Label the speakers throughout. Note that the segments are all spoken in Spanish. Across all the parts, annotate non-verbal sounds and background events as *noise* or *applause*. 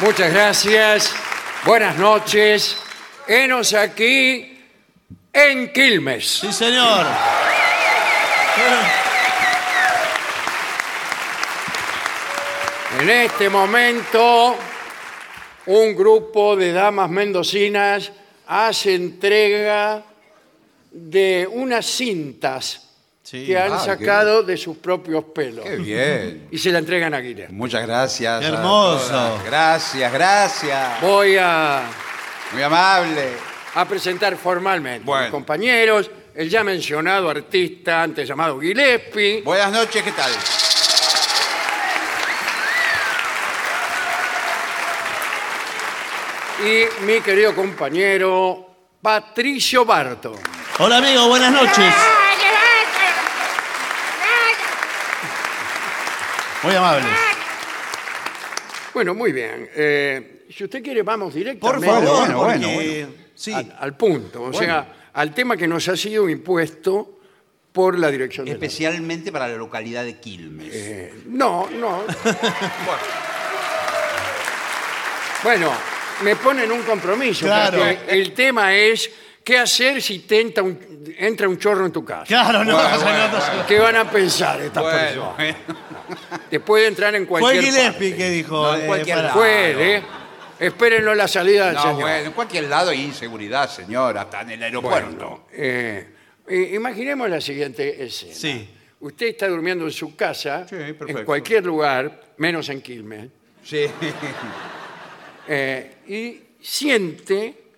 Speaker 1: Muchas gracias. Buenas noches. Enos aquí en Quilmes.
Speaker 2: Sí, señor.
Speaker 1: En este momento, un grupo de damas mendocinas hace entrega de unas cintas
Speaker 2: Sí.
Speaker 1: que han
Speaker 3: ah, qué
Speaker 1: sacado de sus propios pelos.
Speaker 3: Qué bien.
Speaker 1: Y se la entregan a Guillermo.
Speaker 3: Muchas gracias.
Speaker 2: Qué hermoso.
Speaker 3: a todas. Gracias, gracias.
Speaker 1: Voy a,
Speaker 3: Muy amable.
Speaker 1: a presentar formalmente a mis
Speaker 3: Bueno.
Speaker 1: compañeros, el ya mencionado artista, antes llamado Gillespie.
Speaker 3: Buenas noches, ¿qué tal?
Speaker 1: y mi querido compañero Patricio Barto.
Speaker 2: Hola, amigo, buenas noches. Muy amables.
Speaker 1: Bueno, muy bien. Eh, si usted quiere, vamos
Speaker 2: Por
Speaker 1: directamente
Speaker 2: favor,
Speaker 3: bueno,
Speaker 2: porque-
Speaker 3: bueno, bueno.
Speaker 2: Sí.
Speaker 1: al, al punto, o sea, al tema que nos ha sido impuesto por la dirección de la-
Speaker 3: Especialmente para la localidad de Quilmes.
Speaker 1: Eh, No, no. bueno, me ponen un compromiso.
Speaker 2: Claro.
Speaker 1: porque El tema es qué hacer si te entra un, entra un chorro en tu casa.
Speaker 2: Claro, no,
Speaker 3: Bueno,
Speaker 2: o sea, no,
Speaker 3: bueno,
Speaker 2: no se-
Speaker 1: ¿Qué van a pensar estas
Speaker 3: bueno,
Speaker 1: personas?
Speaker 3: bueno.
Speaker 1: Te puede entrar en cualquier
Speaker 2: Fue
Speaker 1: parte.
Speaker 2: Gillespie que dijo. eh,
Speaker 3: No, en cualquier
Speaker 2: para-
Speaker 3: lado.
Speaker 1: Puede. Espérenlo la salida del
Speaker 3: No,
Speaker 1: señor.
Speaker 3: bueno, en cualquier lado hay inseguridad, señor, hasta en el aeropuerto.
Speaker 1: Eh, eh, imaginemos la siguiente escena.
Speaker 2: Sí.
Speaker 1: Usted está durmiendo en su casa,
Speaker 3: Sí, perfecto.
Speaker 1: en cualquier lugar, menos en Quilmes,
Speaker 3: Sí.
Speaker 1: *laughs* eh, y siente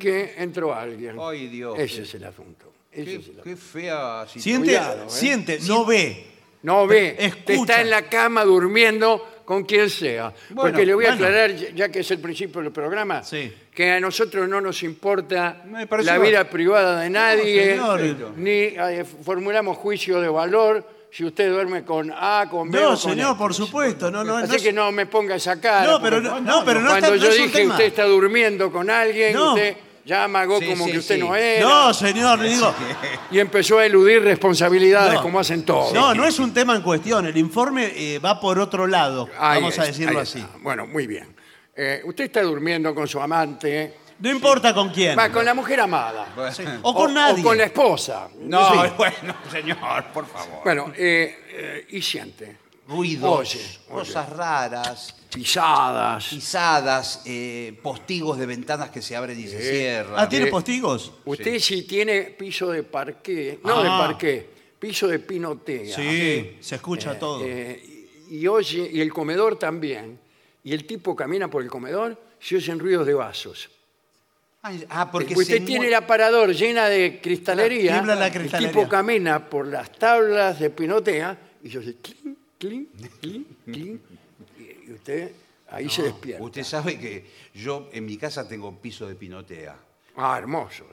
Speaker 1: que entró alguien.
Speaker 3: Mm. Ay, Dios.
Speaker 1: Ese es el asunto. Ese es el asunto.
Speaker 3: fea situación.
Speaker 2: Siente,
Speaker 1: Cuidado, ¿eh?
Speaker 2: siente, no ve.
Speaker 1: No ve,
Speaker 2: Escucha.
Speaker 1: te está en la cama durmiendo con quien sea.
Speaker 3: Bueno,
Speaker 1: Porque le voy a
Speaker 2: bueno.
Speaker 1: aclarar, ya- ya que es el principio del programa,
Speaker 2: Sí.
Speaker 1: que a nosotros no nos importa
Speaker 3: Me parece
Speaker 1: la
Speaker 3: mal.
Speaker 1: vida privada de nadie,
Speaker 2: señor.
Speaker 1: ni eh, formulamos juicio de valor si usted duerme con A, con B. o
Speaker 2: No,
Speaker 1: con
Speaker 2: señor,
Speaker 1: X.
Speaker 2: por supuesto. No, no,
Speaker 1: Así
Speaker 2: no-
Speaker 1: que no me ponga esa cara.
Speaker 2: No, pero
Speaker 1: porque
Speaker 2: no- no, pero no
Speaker 1: Cuando
Speaker 2: está- no
Speaker 1: yo
Speaker 2: es un
Speaker 1: dije que
Speaker 2: tema.
Speaker 1: usted está durmiendo con alguien,
Speaker 2: No.
Speaker 1: usted ya amagó
Speaker 3: Sí,
Speaker 1: como
Speaker 3: sí,
Speaker 1: que usted
Speaker 3: sí.
Speaker 1: no era
Speaker 2: No, señor, le digo.
Speaker 1: y empezó a eludir responsabilidades
Speaker 2: No.
Speaker 1: como hacen todos.
Speaker 2: No, no es un tema en cuestión. El informe eh, va por otro lado.
Speaker 1: Ahí
Speaker 2: Vamos a
Speaker 1: es-
Speaker 2: decirlo
Speaker 1: ahí
Speaker 2: así.
Speaker 1: está. Bueno, muy bien. Eh, usted está durmiendo con su amante,
Speaker 2: No importa con quién.
Speaker 1: va con la mujer amada.
Speaker 3: *laughs* Sí.
Speaker 2: O con nadie.
Speaker 1: con la esposa.
Speaker 3: No,
Speaker 1: Sí.
Speaker 3: bueno, señor, por favor.
Speaker 1: Bueno, eh, eh, y siente.
Speaker 3: Ruidos,
Speaker 1: Oye, oye.
Speaker 3: cosas raras,
Speaker 1: Pisadas.
Speaker 3: pisadas, eh, postigos de ventanas que se abren y se cierran.
Speaker 2: Ah, ¿tiene
Speaker 1: Eh,
Speaker 2: postigos?
Speaker 1: Usted si tiene piso de parqué, no de
Speaker 2: Ah.
Speaker 1: parqué, piso de pinotea.
Speaker 2: Sí, se escucha todo.
Speaker 1: eh, y, y oye, y el comedor también. Y el tipo camina por el comedor, se oyen ruidos de vasos.
Speaker 3: Ay, ah, porque
Speaker 1: usted
Speaker 3: se
Speaker 1: tiene
Speaker 3: mue-
Speaker 1: el aparador llena de cristalería,
Speaker 2: Tiembla la cristalería.
Speaker 1: el tipo camina por las tablas de pinotea y yo sé clink, clink, clink, clink, y usted ahí se despierta.
Speaker 3: Usted sabe que yo en mi casa tengo piso de pinotea.
Speaker 1: Ah, hermosos.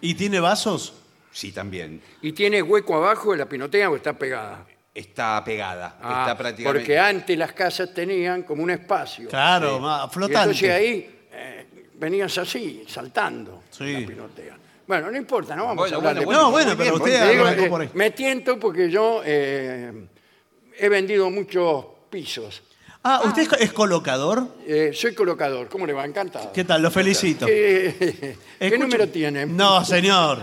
Speaker 2: ¿Y tiene vasos?
Speaker 3: Sí, también.
Speaker 1: ¿Y tiene hueco abajo de la pinotea o está pegada?
Speaker 3: Está pegada.
Speaker 1: Ah,
Speaker 3: está prácticamente.
Speaker 1: Porque antes las casas tenían como un espacio.
Speaker 2: Claro, ma-
Speaker 1: Y
Speaker 2: flotante.
Speaker 1: entonces ahí eh, venías así, saltando
Speaker 2: Sí.
Speaker 1: la pinotea. Bueno, no importa, no vamos
Speaker 3: Bueno,
Speaker 1: a hablar
Speaker 3: bueno,
Speaker 1: de
Speaker 2: no, bueno,
Speaker 3: muy
Speaker 2: pero
Speaker 3: bien,
Speaker 2: usted
Speaker 1: Te digo
Speaker 2: arrancó
Speaker 1: que
Speaker 2: por ahí.
Speaker 1: me tiento porque yo eh, he vendido muchos pisos.
Speaker 2: Ah, ¿usted es- es colocador?
Speaker 1: Eh, soy colocador, ¿cómo le va? Encantado.
Speaker 2: ¿Qué tal? Lo felicito. *laughs*
Speaker 1: Eh, ¿Qué
Speaker 2: Escuche-
Speaker 1: número tiene?
Speaker 2: No, señor.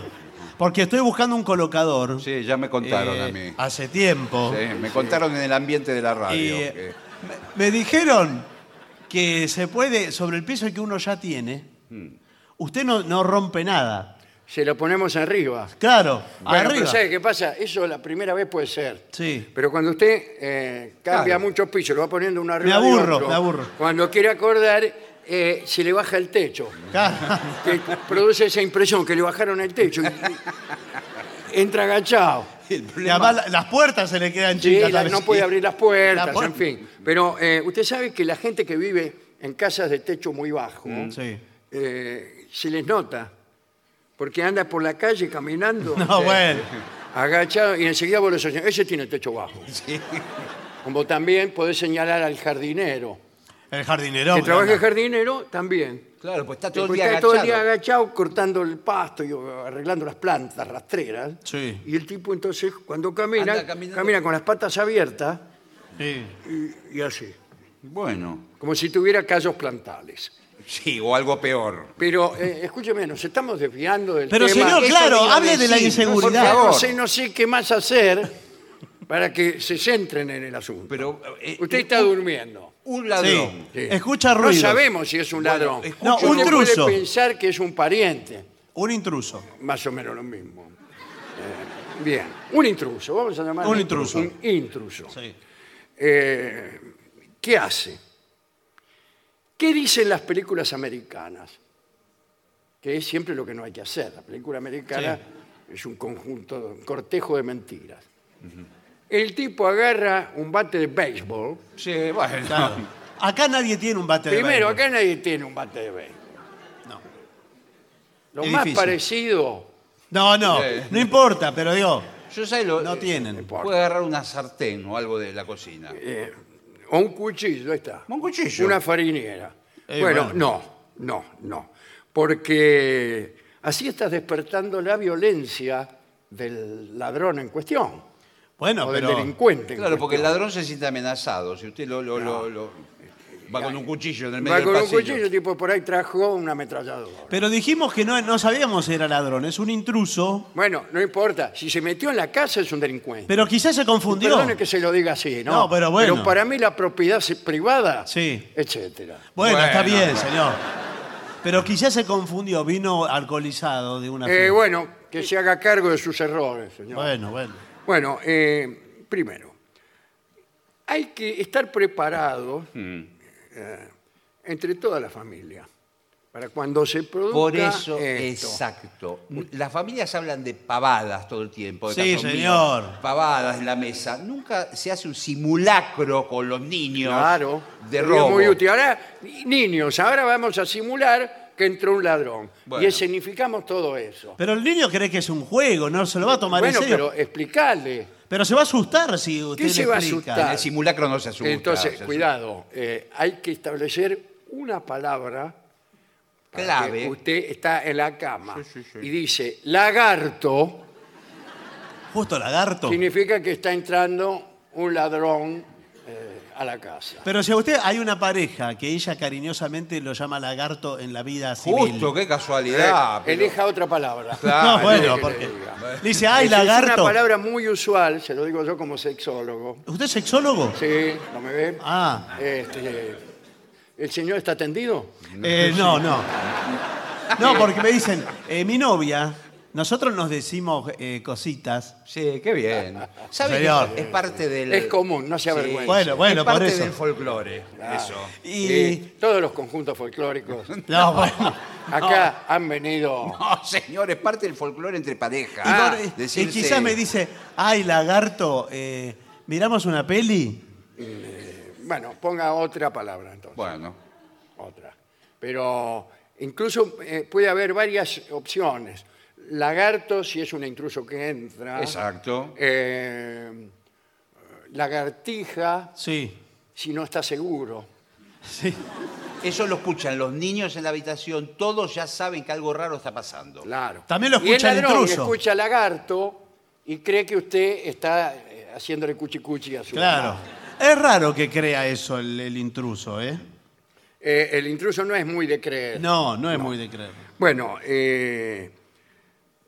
Speaker 2: Porque estoy buscando un colocador.
Speaker 3: Sí, ya me contaron
Speaker 2: eh,
Speaker 3: a mí.
Speaker 2: Hace tiempo.
Speaker 3: Sí, me contaron en el ambiente de la radio.
Speaker 2: Y, eh,
Speaker 3: que-
Speaker 2: me, me dijeron que se puede, sobre el piso que uno ya tiene,
Speaker 3: Hmm.
Speaker 2: usted no, no rompe nada.
Speaker 1: Se lo ponemos arriba.
Speaker 2: Claro,
Speaker 1: Bueno, pero
Speaker 2: arriba.
Speaker 1: ¿sabe qué pasa? Eso la primera vez puede ser.
Speaker 2: Sí.
Speaker 1: Pero cuando usted eh, cambia
Speaker 3: Claro.
Speaker 1: muchos pisos, lo va poniendo uno arriba.
Speaker 2: aburro,
Speaker 1: de otro,
Speaker 2: me aburro.
Speaker 1: Cuando quiere acordar, eh, se le baja el techo.
Speaker 2: Claro. *laughs*
Speaker 1: Que produce esa impresión que le bajaron el techo. Y- y-
Speaker 4: entra agachado.
Speaker 3: *laughs* El
Speaker 2: Y
Speaker 3: problema-
Speaker 2: además la- las puertas se le quedan
Speaker 4: Sí,
Speaker 2: chicas.
Speaker 4: la-
Speaker 2: a veces.
Speaker 4: no puede abrir las puertas,
Speaker 2: La puer-
Speaker 4: en fin. Pero eh, usted sabe que la gente que vive en casas de techo muy bajo,
Speaker 3: Mm.
Speaker 2: Sí.
Speaker 4: eh, se les nota, porque anda por la calle
Speaker 3: *laughs*
Speaker 4: caminando, eh,
Speaker 2: No, bueno.
Speaker 4: agachado, y enseguida vos lo señalás, ese tiene techo
Speaker 3: *laughs*
Speaker 4: bajo. Como también podés señalar al jardinero.
Speaker 2: El jardinero.
Speaker 4: que trabaja el
Speaker 2: claro.
Speaker 4: jardinero, también.
Speaker 3: Claro, pues está todo el
Speaker 4: Porque
Speaker 3: día
Speaker 4: está
Speaker 3: agachado.
Speaker 4: todo el día agachado cortando el pasto y o, arreglando las plantas rastreras.
Speaker 2: Sí.
Speaker 4: Y el tipo entonces, cuando camina,
Speaker 3: Anda caminando.
Speaker 4: camina con las patas abiertas
Speaker 2: Sí.
Speaker 4: y, y así.
Speaker 3: Bueno,
Speaker 4: Como si tuviera callos plantales.
Speaker 3: sí, o algo peor.
Speaker 4: Pero eh, escúcheme, nos estamos desviando del
Speaker 2: Pero
Speaker 4: tema.
Speaker 2: señor,
Speaker 3: eso
Speaker 2: claro,
Speaker 3: le iba a
Speaker 2: hable de la
Speaker 3: decir, por
Speaker 4: Porque
Speaker 2: inseguridad.
Speaker 4: no
Speaker 3: favor.
Speaker 4: sé, no sé qué más hacer para que se centren en el asunto.
Speaker 3: Pero eh,
Speaker 4: Usted está durmiendo.
Speaker 3: un
Speaker 2: Sí.
Speaker 3: ladrón.
Speaker 4: Sí.
Speaker 2: Escucha
Speaker 4: No
Speaker 2: ruido.
Speaker 4: sabemos si es un ladrón.
Speaker 3: escucho-
Speaker 2: No, un
Speaker 4: Usted
Speaker 2: intruso.
Speaker 4: puede pensar que es un pariente,
Speaker 2: Un intruso.
Speaker 4: más o menos lo mismo. Eh, bien, un intruso, vamos a llamarlo.
Speaker 2: Un intruso.
Speaker 4: Un intruso. Eh, ¿Qué hace? ¿Qué dicen las películas americanas? Que es siempre lo que no hay que hacer. La película americana es un conjunto, un cortejo de mentiras. El tipo agarra un bate de béisbol.
Speaker 3: Sí, bueno.
Speaker 2: Claro. Acá nadie tiene un bate de
Speaker 4: Primero,
Speaker 2: béisbol.
Speaker 4: acá nadie tiene un bate de béisbol.
Speaker 2: No.
Speaker 4: Lo
Speaker 2: Es
Speaker 4: más
Speaker 2: difícil.
Speaker 4: parecido,
Speaker 2: No, no.
Speaker 3: Sí.
Speaker 2: No importa, pero digo,
Speaker 3: Yo sé lo.
Speaker 2: no
Speaker 3: eh,
Speaker 2: tienen.
Speaker 4: importa.
Speaker 3: Puede agarrar una sartén o algo de la cocina.
Speaker 4: eh, o un cuchillo, ahí está.
Speaker 3: Un cuchillo.
Speaker 4: Una farinera.
Speaker 2: Eh,
Speaker 4: bueno,
Speaker 2: bueno.
Speaker 4: no, no, no. Porque así estás despertando la violencia del ladrón en cuestión.
Speaker 2: Bueno,
Speaker 4: o del
Speaker 2: pero.
Speaker 4: delincuente. en
Speaker 3: Claro, porque el
Speaker 4: cuestión.
Speaker 3: ladrón se siente amenazado. Si usted lo, lo- lo- lo- va con un cuchillo en el medio
Speaker 4: Va con
Speaker 3: del
Speaker 4: un
Speaker 3: pasillo.
Speaker 4: cuchillo, tipo, por ahí trajo un ametrallador.
Speaker 2: Pero dijimos que no, no sabíamos si era ladrón, es un intruso.
Speaker 4: Bueno, no importa. Si se metió en la casa es un delincuente.
Speaker 2: Pero quizás se confundió.
Speaker 4: Perdone que se lo diga así, ¿no?
Speaker 2: No, pero bueno.
Speaker 4: para mí la propiedad se- privada,
Speaker 2: Sí.
Speaker 4: etcétera.
Speaker 2: Bueno, está
Speaker 3: Bueno,
Speaker 2: bien,
Speaker 3: bueno.
Speaker 2: señor. Pero quizás se confundió, vino alcoholizado de una
Speaker 4: Eh,
Speaker 2: fiesta.
Speaker 4: bueno, que se haga cargo de sus errores, señor.
Speaker 2: Bueno, bueno.
Speaker 4: Bueno, eh, primero, hay que estar preparados
Speaker 3: Mm.
Speaker 4: eh, entre toda la familia para cuando se produzca
Speaker 3: Por eso,
Speaker 4: esto.
Speaker 3: exacto. Las familias hablan de pavadas todo el tiempo. de
Speaker 2: Sí,
Speaker 3: calzoncillos,
Speaker 2: señor.
Speaker 3: Pavadas en la mesa. Nunca se hace un simulacro con los niños
Speaker 4: Claro,
Speaker 3: de
Speaker 4: sería
Speaker 3: robo.
Speaker 4: muy útil. Ahora, ni- niños, ahora vamos a simular que entró un ladrón
Speaker 3: Bueno.
Speaker 4: y escenificamos todo eso.
Speaker 2: Pero el niño cree que es un juego, no se lo va a tomar
Speaker 4: bueno,
Speaker 2: en serio.
Speaker 4: pero
Speaker 2: Pero,
Speaker 4: explicarle.
Speaker 2: se va a asustar si usted
Speaker 4: ¿Qué
Speaker 2: le
Speaker 4: se va a
Speaker 2: explica.
Speaker 3: En
Speaker 4: asustar?
Speaker 3: el simulacro no se asusta.
Speaker 4: Entonces,
Speaker 3: se asusta.
Speaker 4: cuidado, eh, hay que establecer una palabra para
Speaker 3: Clave.
Speaker 4: que Usted está en la cama
Speaker 3: Sí, sí, sí.
Speaker 4: y dice lagarto,
Speaker 2: Justo lagarto.
Speaker 4: significa que está entrando un ladrón eh, a la casa.
Speaker 2: Pero si a usted hay una pareja que ella cariñosamente lo llama lagarto en la vida civil.
Speaker 3: Justo, qué casualidad.
Speaker 4: Eh,
Speaker 3: pero-
Speaker 4: Elija otra palabra.
Speaker 3: Claro.
Speaker 4: *laughs*
Speaker 2: No, bueno,
Speaker 4: ¿qué
Speaker 2: porque
Speaker 4: le diga?
Speaker 2: le dice, ay,
Speaker 4: Esa Es una
Speaker 2: lagarto.
Speaker 4: palabra muy usual, se lo digo yo como sexólogo.
Speaker 2: ¿Usted es sexólogo?
Speaker 4: Sí, ¿no me ve?
Speaker 2: Ah,
Speaker 4: Este, ¿El señor está atendido?
Speaker 2: eh, no,
Speaker 4: *laughs*
Speaker 2: no. No, porque me dicen, eh, mi novia, nosotros nos decimos eh, cositas.
Speaker 3: Sí, qué bien. ¿Sabe
Speaker 2: Señor.
Speaker 3: que es parte del.
Speaker 4: Es común, no se avergüence.
Speaker 2: Bueno, bueno,
Speaker 3: es parte
Speaker 2: por eso.
Speaker 3: del folclore. Eso.
Speaker 2: Y.
Speaker 4: Sí, todos los
Speaker 2: *laughs*
Speaker 4: conjuntos folclóricos.
Speaker 2: No, bueno.
Speaker 4: Acá han
Speaker 3: *laughs*
Speaker 4: venido.
Speaker 3: No, Oh, señor, es parte del folclore entre parejas.
Speaker 2: Y
Speaker 4: Ah,
Speaker 2: por- eh, y,
Speaker 3: decirse-
Speaker 2: quizás me dice, ay, lagarto, eh, miramos una peli.
Speaker 4: Bueno, ponga otra palabra entonces.
Speaker 3: Bueno,
Speaker 4: Otra. Pero incluso eh, puede haber varias opciones. Lagarto, si es un intruso que entra.
Speaker 3: exacto.
Speaker 4: Eh, lagartija,
Speaker 2: Sí.
Speaker 4: si no está seguro.
Speaker 2: sí.
Speaker 3: Eso lo escuchan los niños en la habitación, todos ya saben que algo raro está pasando.
Speaker 4: Claro.
Speaker 2: También lo escucha
Speaker 4: y
Speaker 2: el
Speaker 4: el ladrón
Speaker 2: intruso.
Speaker 4: escucha lagarto y cree que usted está eh, haciéndole cuchi cuchi a su
Speaker 2: Claro.
Speaker 4: hermano.
Speaker 2: Es raro que crea eso el, el intruso, ¿eh?
Speaker 4: Eh, el intruso no es muy de creer.
Speaker 2: No, no es muy de creer.
Speaker 4: Bueno, eh,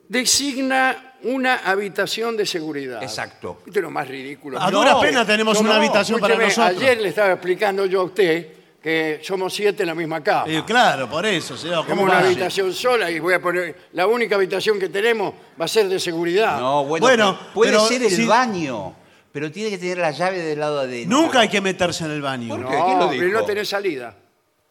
Speaker 4: designa una habitación de seguridad.
Speaker 3: Exacto.
Speaker 4: Esto es lo más ridículo.
Speaker 2: A duras penas tenemos una habitación para
Speaker 4: escúcheme,
Speaker 2: nosotros.
Speaker 4: Ayer le estaba explicando yo a usted que somos siete en la misma cama.
Speaker 2: Eh, claro, por eso, señor.
Speaker 4: Tenemos
Speaker 2: ¿Cómo
Speaker 4: una
Speaker 2: va?
Speaker 4: habitación sola y voy a poner. La única habitación que tenemos va a ser de seguridad.
Speaker 3: No, bueno,
Speaker 2: Bueno,
Speaker 3: pu- puede
Speaker 2: pero
Speaker 3: ser el
Speaker 2: si-
Speaker 3: baño, pero tiene que tener la llave del lado adentro.
Speaker 2: Nunca hay que meterse en el baño.
Speaker 3: ¿Por
Speaker 4: No,
Speaker 3: qué? ¿Quién lo dijo?
Speaker 4: pero no tenés salida.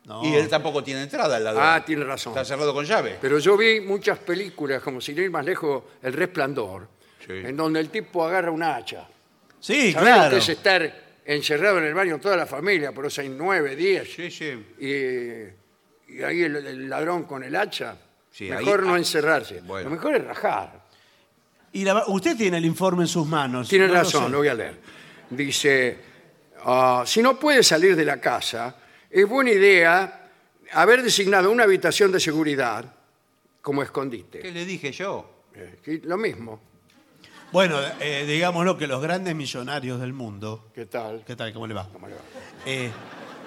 Speaker 2: No.
Speaker 3: Y él tampoco tiene entrada al lado.
Speaker 4: Ah, tiene razón.
Speaker 3: Está cerrado con llave.
Speaker 4: Pero yo vi muchas películas, como sin ir más lejos, El Resplandor,
Speaker 3: Sí.
Speaker 4: en donde el tipo agarra una hacha.
Speaker 2: Sí,
Speaker 4: ¿Saben lo
Speaker 2: claro.
Speaker 4: que es estar encerrado en el baño toda la familia por esos nueve, diez?
Speaker 3: Sí, sí.
Speaker 4: Y, y ahí el, el ladrón con el hacha.
Speaker 3: Sí,
Speaker 4: mejor
Speaker 3: ahí-
Speaker 4: no
Speaker 3: ah,
Speaker 4: encerrarse.
Speaker 3: bueno.
Speaker 4: Lo mejor es rajar.
Speaker 2: Y la va- usted tiene el informe en sus manos.
Speaker 4: Tiene
Speaker 2: No lo
Speaker 4: razón,
Speaker 2: sé.
Speaker 4: lo voy a leer. Dice, ah, si no puede salir de la casa, es buena idea haber designado una habitación de seguridad como
Speaker 3: ¿Qué
Speaker 4: escondite.
Speaker 3: le dije yo?
Speaker 4: Eh, sí, lo mismo.
Speaker 2: Bueno, eh, digámoslo que los grandes millonarios del mundo,
Speaker 4: ¿Qué tal?
Speaker 2: ¿qué tal? ¿Cómo le va?
Speaker 4: ¿Cómo le va?
Speaker 2: Eh,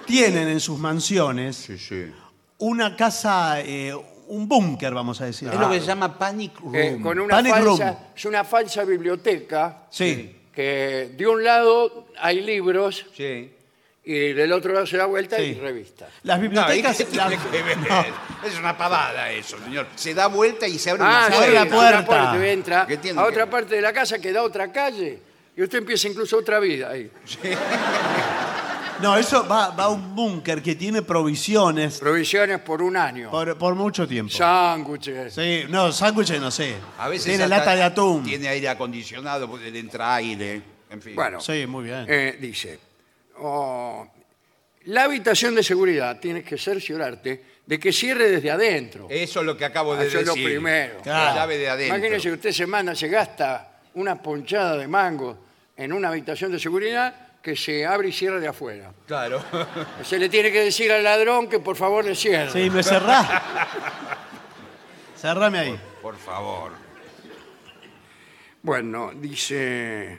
Speaker 2: tienen en sus mansiones
Speaker 3: sí.
Speaker 2: una casa, eh, un búnker, vamos a decir. Ah.
Speaker 3: Es lo que se llama panic room.
Speaker 4: Eh, con una
Speaker 2: Panic room.
Speaker 4: falsa, es una falsa biblioteca
Speaker 2: Sí.
Speaker 4: que de un lado hay libros
Speaker 3: Sí.
Speaker 4: y del otro lado se da vuelta y
Speaker 2: Sí.
Speaker 4: revistas.
Speaker 2: Las bibliotecas.
Speaker 3: No, ¿y qué
Speaker 2: la-
Speaker 3: *laughs* tiene que ver?
Speaker 2: No.
Speaker 3: Es una pavada eso, señor. Se da vuelta y se abre
Speaker 4: Ah,
Speaker 3: una
Speaker 2: abre
Speaker 4: sí,
Speaker 2: la
Speaker 4: a una
Speaker 2: puerta.
Speaker 4: y entra
Speaker 3: Que tiene
Speaker 4: a
Speaker 3: que-
Speaker 4: otra parte de la casa que da a otra calle y usted empieza incluso otra vida ahí.
Speaker 2: No, eso va, va a un búnker que tiene provisiones
Speaker 4: Provisiones por un año.
Speaker 2: por, por mucho tiempo.
Speaker 4: Sándwiches.
Speaker 2: Sí, no, sándwiches no sé.
Speaker 3: A veces
Speaker 2: tiene
Speaker 3: hasta
Speaker 2: lata de atún.
Speaker 3: Tiene aire acondicionado, porque le entra aire. En fin.
Speaker 4: Bueno,
Speaker 2: Sí, muy bien.
Speaker 4: eh, dice, oh, la habitación de seguridad tienes que cerciorarte de que cierre desde adentro.
Speaker 3: Eso es lo que acabo de
Speaker 4: Eso Ah, es
Speaker 3: decir.
Speaker 4: lo primero.
Speaker 3: La
Speaker 2: Claro.
Speaker 3: llave de adentro.
Speaker 4: Imagínese que usted se manda, se gasta una ponchada de mango en una habitación de seguridad que se abre y cierra de afuera. *laughs*
Speaker 3: Claro.
Speaker 4: Se le tiene que decir al ladrón que por favor le cierre.
Speaker 2: Sí, me cerrá. *laughs* Cerrame ahí.
Speaker 3: Por favor.
Speaker 4: Bueno, dice.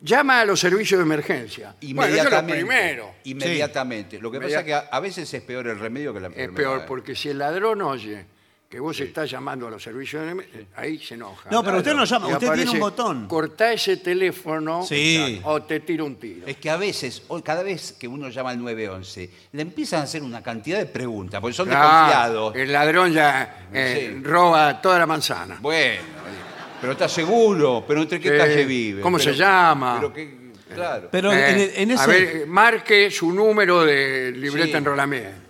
Speaker 4: Llama a los servicios de emergencia. Bueno, eso es lo
Speaker 3: Inmediatamente.
Speaker 4: primero.
Speaker 3: Inmediatamente. Lo que pasa
Speaker 4: Inmediat-
Speaker 3: es que a, a veces es peor el remedio que la
Speaker 4: Es
Speaker 3: enfermedad.
Speaker 4: peor, porque si el ladrón oye que vos estás llamando a los servicios de emergencia, ahí se enoja.
Speaker 2: No, pero usted no llama,
Speaker 4: Y
Speaker 2: usted tiene
Speaker 4: aparece,
Speaker 2: un botón.
Speaker 4: Cortá ese teléfono
Speaker 2: Sí.
Speaker 4: o te tiro un tiro.
Speaker 3: Es que a veces, hoy, cada vez que uno llama al 911, le empiezan a hacer una cantidad de preguntas, porque son
Speaker 4: Claro,
Speaker 3: desconfiados.
Speaker 4: Ah, el ladrón ya eh,
Speaker 3: Sí.
Speaker 4: roba toda la manzana.
Speaker 3: Bueno, eh, pero está seguro, pero entre qué
Speaker 4: Sí.
Speaker 3: calle vive.
Speaker 4: Eh, ¿Cómo
Speaker 3: Pero-
Speaker 4: se llama?
Speaker 3: Pero qué, claro.
Speaker 2: Pero en,
Speaker 4: Eh,
Speaker 2: en ese.
Speaker 4: A ver, marque su número de libreta
Speaker 3: Sí.
Speaker 4: de enrolamiento.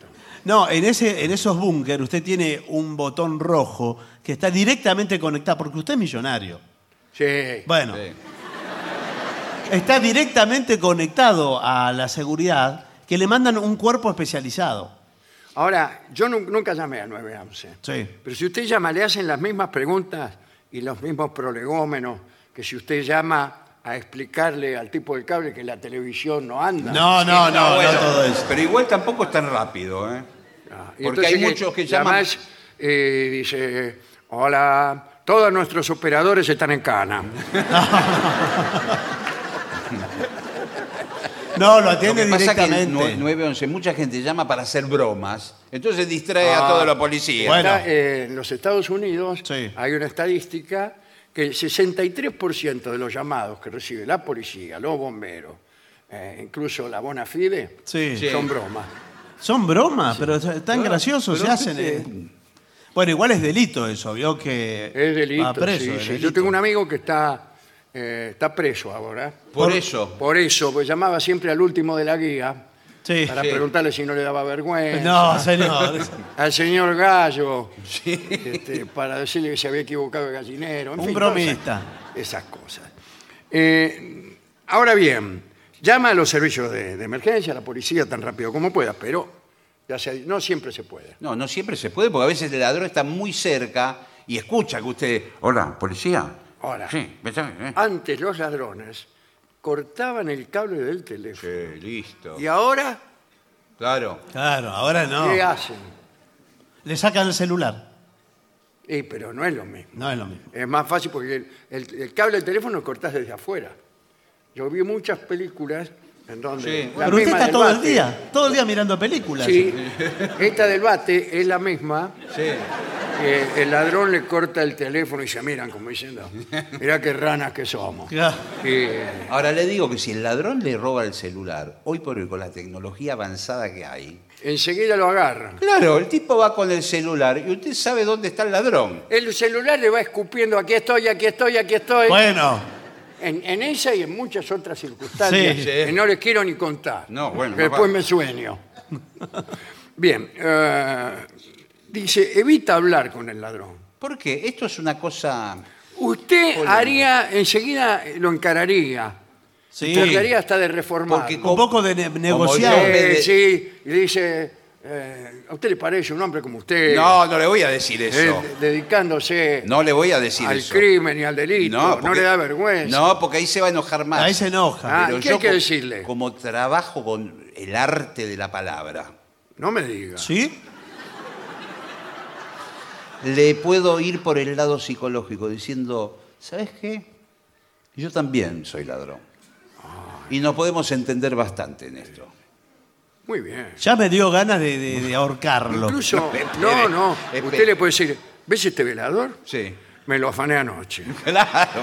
Speaker 2: No, en, ese, en esos búnker usted tiene un botón rojo que está directamente conectado, porque usted es millonario.
Speaker 4: Sí.
Speaker 2: Bueno,
Speaker 3: Sí.
Speaker 2: está directamente conectado a la seguridad que le mandan un cuerpo especializado.
Speaker 4: Ahora, yo nu- nunca llamé al 911.
Speaker 2: Sí.
Speaker 4: Pero si usted llama, le hacen las mismas preguntas y los mismos prolegómenos que si usted llama a explicarle al tipo del cable que la televisión no anda.
Speaker 2: No, no, no, no,
Speaker 3: Bueno,
Speaker 2: todo eso.
Speaker 3: Pero igual tampoco es tan rápido, ¿eh?
Speaker 4: Ah,
Speaker 3: Porque
Speaker 4: y entonces
Speaker 3: hay muchos que llaman-
Speaker 4: llamás, eh, dice, hola, todos nuestros operadores están en cana.
Speaker 2: No, lo
Speaker 3: Lo
Speaker 2: atiende
Speaker 3: que pasa es que
Speaker 2: directamente.
Speaker 3: el nue- 911, mucha gente llama para hacer bromas, entonces distrae
Speaker 4: Ah.
Speaker 3: a toda la policía.
Speaker 2: Bueno.
Speaker 4: Está, eh, en los Estados Unidos
Speaker 2: Sí.
Speaker 4: hay una estadística que el 63% de los llamados que recibe la policía, los bomberos, eh, incluso la Bona Fide,
Speaker 2: Sí.
Speaker 3: Sí.
Speaker 4: son bromas.
Speaker 2: Son bromas, pero es tan graciosos se
Speaker 3: pero
Speaker 2: hacen.
Speaker 3: usted-
Speaker 2: eh. Bueno, igual es delito eso, vio que
Speaker 4: Es delito.
Speaker 2: va Ah, preso.
Speaker 4: sí,
Speaker 2: es
Speaker 4: sí.
Speaker 2: delito.
Speaker 4: Yo tengo un amigo que está, eh, está preso ahora.
Speaker 3: Por
Speaker 2: Por-
Speaker 3: eso.
Speaker 4: Por eso, pues llamaba siempre al último de la guía
Speaker 2: Sí.
Speaker 4: para
Speaker 3: Sí.
Speaker 4: preguntarle si no le daba vergüenza.
Speaker 2: No, señor.
Speaker 4: Al señor Gallo, este, para decirle que se había equivocado de gallinero. en
Speaker 2: Un
Speaker 4: fin,
Speaker 2: bromista.
Speaker 4: todas Esas, esas cosas. Eh, ahora bien, llama a los servicios de, de emergencia, a la policía, tan rápido como pueda, pero ya se- no siempre se puede.
Speaker 3: No, no siempre se puede, porque a veces el ladrón está muy cerca y escucha que usted. Hola, policía.
Speaker 4: Hola.
Speaker 3: Sí, pensame, eh.
Speaker 2: Ah,
Speaker 4: Antes los ladrones cortaban el cable del teléfono.
Speaker 3: Sí, listo.
Speaker 4: Y ahora,
Speaker 3: Claro.
Speaker 2: Claro, ahora no.
Speaker 4: ¿qué hacen?
Speaker 2: Le sacan el celular.
Speaker 4: Eh, pero no es lo mismo.
Speaker 2: No es lo mismo.
Speaker 4: Es más fácil porque el, el- el cable del teléfono lo cortás desde afuera. Yo vi muchas películas en donde.
Speaker 3: Sí.
Speaker 4: la
Speaker 2: pero usted
Speaker 4: misma
Speaker 2: está
Speaker 4: del
Speaker 2: todo el
Speaker 4: bate-
Speaker 2: día, todo el día mirando películas.
Speaker 4: Sí, esta del bate es la misma.
Speaker 3: Sí.
Speaker 4: que el ladrón le corta el teléfono y se miran como diciendo: Mirá qué ranas que somos.
Speaker 2: Claro.
Speaker 4: Y-
Speaker 3: Ahora le digo que si el ladrón le roba el celular, hoy por hoy con la tecnología avanzada que hay.
Speaker 4: enseguida lo agarran.
Speaker 3: Claro, el tipo va con el celular y usted sabe dónde está el ladrón.
Speaker 4: El celular le va escupiendo: Aquí estoy, aquí estoy, aquí estoy.
Speaker 2: Bueno,
Speaker 4: En, en esa y en muchas otras circunstancias
Speaker 2: Sí, sí.
Speaker 4: que no les quiero ni contar.
Speaker 3: No, bueno,
Speaker 4: Que
Speaker 3: no
Speaker 4: después
Speaker 3: va.
Speaker 4: me sueño. Bien, eh, dice, evita hablar con el ladrón.
Speaker 3: ¿Por qué? Esto es una cosa.
Speaker 4: Usted haría, enseguida lo encararía.
Speaker 2: Sí.
Speaker 4: Porque haría hasta de reformar.
Speaker 3: Porque
Speaker 2: Un poco de ne-
Speaker 3: yo,
Speaker 2: negociar.
Speaker 3: me- de-
Speaker 4: sí, y le dice, eh, ¿a usted le parece un hombre como usted?
Speaker 3: No, no le voy a decir
Speaker 4: eh,
Speaker 3: eso.
Speaker 4: dedicándose
Speaker 3: No le voy a decir
Speaker 4: al
Speaker 3: eso.
Speaker 4: crimen y al delito. No,
Speaker 3: porque-
Speaker 4: le da vergüenza.
Speaker 3: No, porque ahí se va a enojar más.
Speaker 2: Ahí se enoja.
Speaker 4: Ah,
Speaker 3: Pero
Speaker 4: ¿qué
Speaker 3: yo
Speaker 4: hay que
Speaker 3: co-
Speaker 4: decirle?
Speaker 3: Como trabajo con el arte de la palabra,
Speaker 4: No me diga.
Speaker 2: ¿Sí?
Speaker 3: le puedo ir por el lado psicológico diciendo, ¿sabes qué? Yo también soy ladrón. Y nos podemos entender bastante en esto.
Speaker 4: Muy bien.
Speaker 2: Ya me dio ganas de, de- de ahorcarlo.
Speaker 4: Incluso,
Speaker 3: Espere,
Speaker 4: no, no.
Speaker 3: espere.
Speaker 4: Usted le puede decir, ¿ves este velador?
Speaker 3: Sí. *laughs*
Speaker 4: Me lo afané anoche.
Speaker 3: Claro.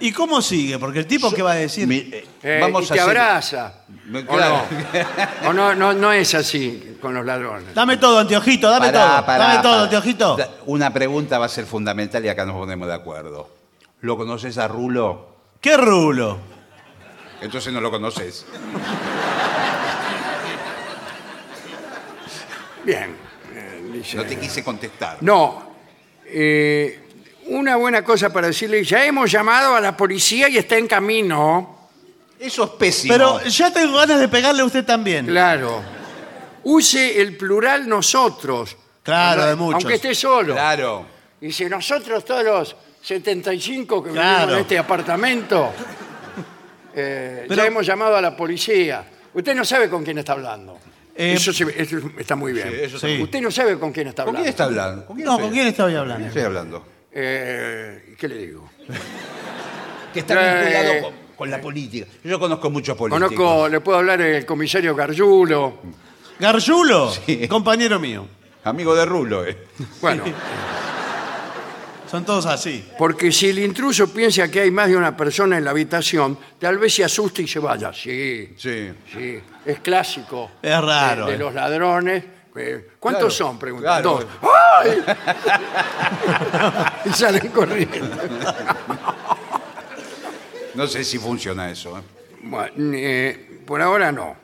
Speaker 2: ¿Y cómo sigue? Porque el tipo que va a decir.
Speaker 3: Mi- eh,
Speaker 4: Eh, y te
Speaker 3: hacer-
Speaker 4: abraza.
Speaker 3: Me-
Speaker 4: ¿O
Speaker 3: claro.
Speaker 4: no? O no, no, no es así con los ladrones.
Speaker 2: Dame todo, anteojito, dame
Speaker 3: Pará,
Speaker 2: todo.
Speaker 3: pará,
Speaker 2: dame todo,
Speaker 3: pará.
Speaker 2: anteojito.
Speaker 3: Da- Una pregunta va a ser fundamental y acá nos ponemos de acuerdo. ¿Lo conoces a Rulo?
Speaker 2: ¿Qué rulo?
Speaker 3: Entonces no lo conoces.
Speaker 4: Bien. eh, dice,
Speaker 3: No te quise contestar.
Speaker 4: No. eh, una buena cosa para decirle, ya hemos llamado a la policía y está en camino.
Speaker 3: Eso es pésimo.
Speaker 2: Pero eh, ya tengo ganas de pegarle a usted también.
Speaker 4: Claro. Use el plural nosotros.
Speaker 2: Claro, de muchos.
Speaker 4: Aunque esté solo.
Speaker 3: Claro.
Speaker 4: Dice, nosotros todos los 75 que vivimos
Speaker 2: Claro.
Speaker 4: en este apartamento, eh,
Speaker 2: Pero-
Speaker 4: ya hemos llamado a la policía. Usted no sabe con quién está hablando.
Speaker 2: Eh,
Speaker 4: eso, se- eso está muy bien.
Speaker 3: eso
Speaker 2: está Sí. muy-
Speaker 4: Usted no sabe con quién está
Speaker 3: ¿Con
Speaker 4: hablando.
Speaker 3: quién está hablando? ¿Con quién
Speaker 2: No,
Speaker 3: estoy-
Speaker 2: ¿con quién estoy
Speaker 3: con quién
Speaker 2: hablando?
Speaker 3: estoy hablando?
Speaker 4: Eh, ¿Qué le digo?
Speaker 3: Que está
Speaker 4: Eh,
Speaker 3: vinculado con, con la política. Yo conozco muchos políticos.
Speaker 4: Conozco, le puedo hablar el comisario Gargiulo.
Speaker 2: Garjulo,
Speaker 3: Sí.
Speaker 2: compañero mío.
Speaker 3: Amigo de Rulo, eh.
Speaker 4: Bueno,
Speaker 2: Son todos así.
Speaker 4: porque si el intruso piensa que hay más de una persona en la habitación, tal vez se asuste y se vaya. Sí,
Speaker 3: Sí.
Speaker 4: sí. Es clásico.
Speaker 2: Es raro.
Speaker 4: de, de
Speaker 2: eh.
Speaker 4: los ladrones. eh, ¿Cuántos
Speaker 3: Claro,
Speaker 4: son? Preguntan.
Speaker 3: claro.
Speaker 4: Dos.
Speaker 3: *laughs*
Speaker 4: ¡Ay! *laughs* y salen corriendo.
Speaker 3: No sé si funciona eso. eh.
Speaker 4: Bueno, eh, por ahora no.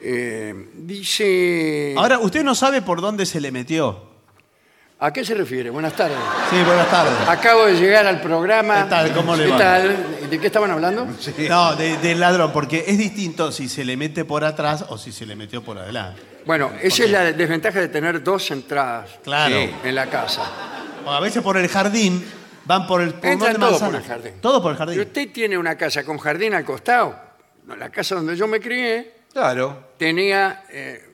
Speaker 4: Eh, dice.
Speaker 2: Ahora, usted no sabe por dónde se le metió.
Speaker 4: ¿A qué se refiere? Buenas tardes.
Speaker 2: Sí, buenas tardes.
Speaker 4: Acabo de llegar al programa.
Speaker 2: ¿Qué tal? ¿Cómo le
Speaker 4: ¿Qué
Speaker 2: va?
Speaker 4: tal? ¿De qué estaban hablando?
Speaker 2: No, de- del ladrón, porque es distinto si se le mete por atrás o si se le metió por adelante.
Speaker 4: Bueno, esa es la desventaja de tener dos entradas
Speaker 2: Claro.
Speaker 4: eh, en la casa.
Speaker 2: O a veces por el jardín, van por el pulmón
Speaker 4: Entran
Speaker 2: de
Speaker 4: todos
Speaker 2: manzana.
Speaker 4: por el jardín.
Speaker 2: Todo por el
Speaker 4: Si
Speaker 2: jardín.
Speaker 4: usted tiene una casa con jardín al costado, no, la casa donde yo me crié,
Speaker 3: Claro.
Speaker 4: tenía eh,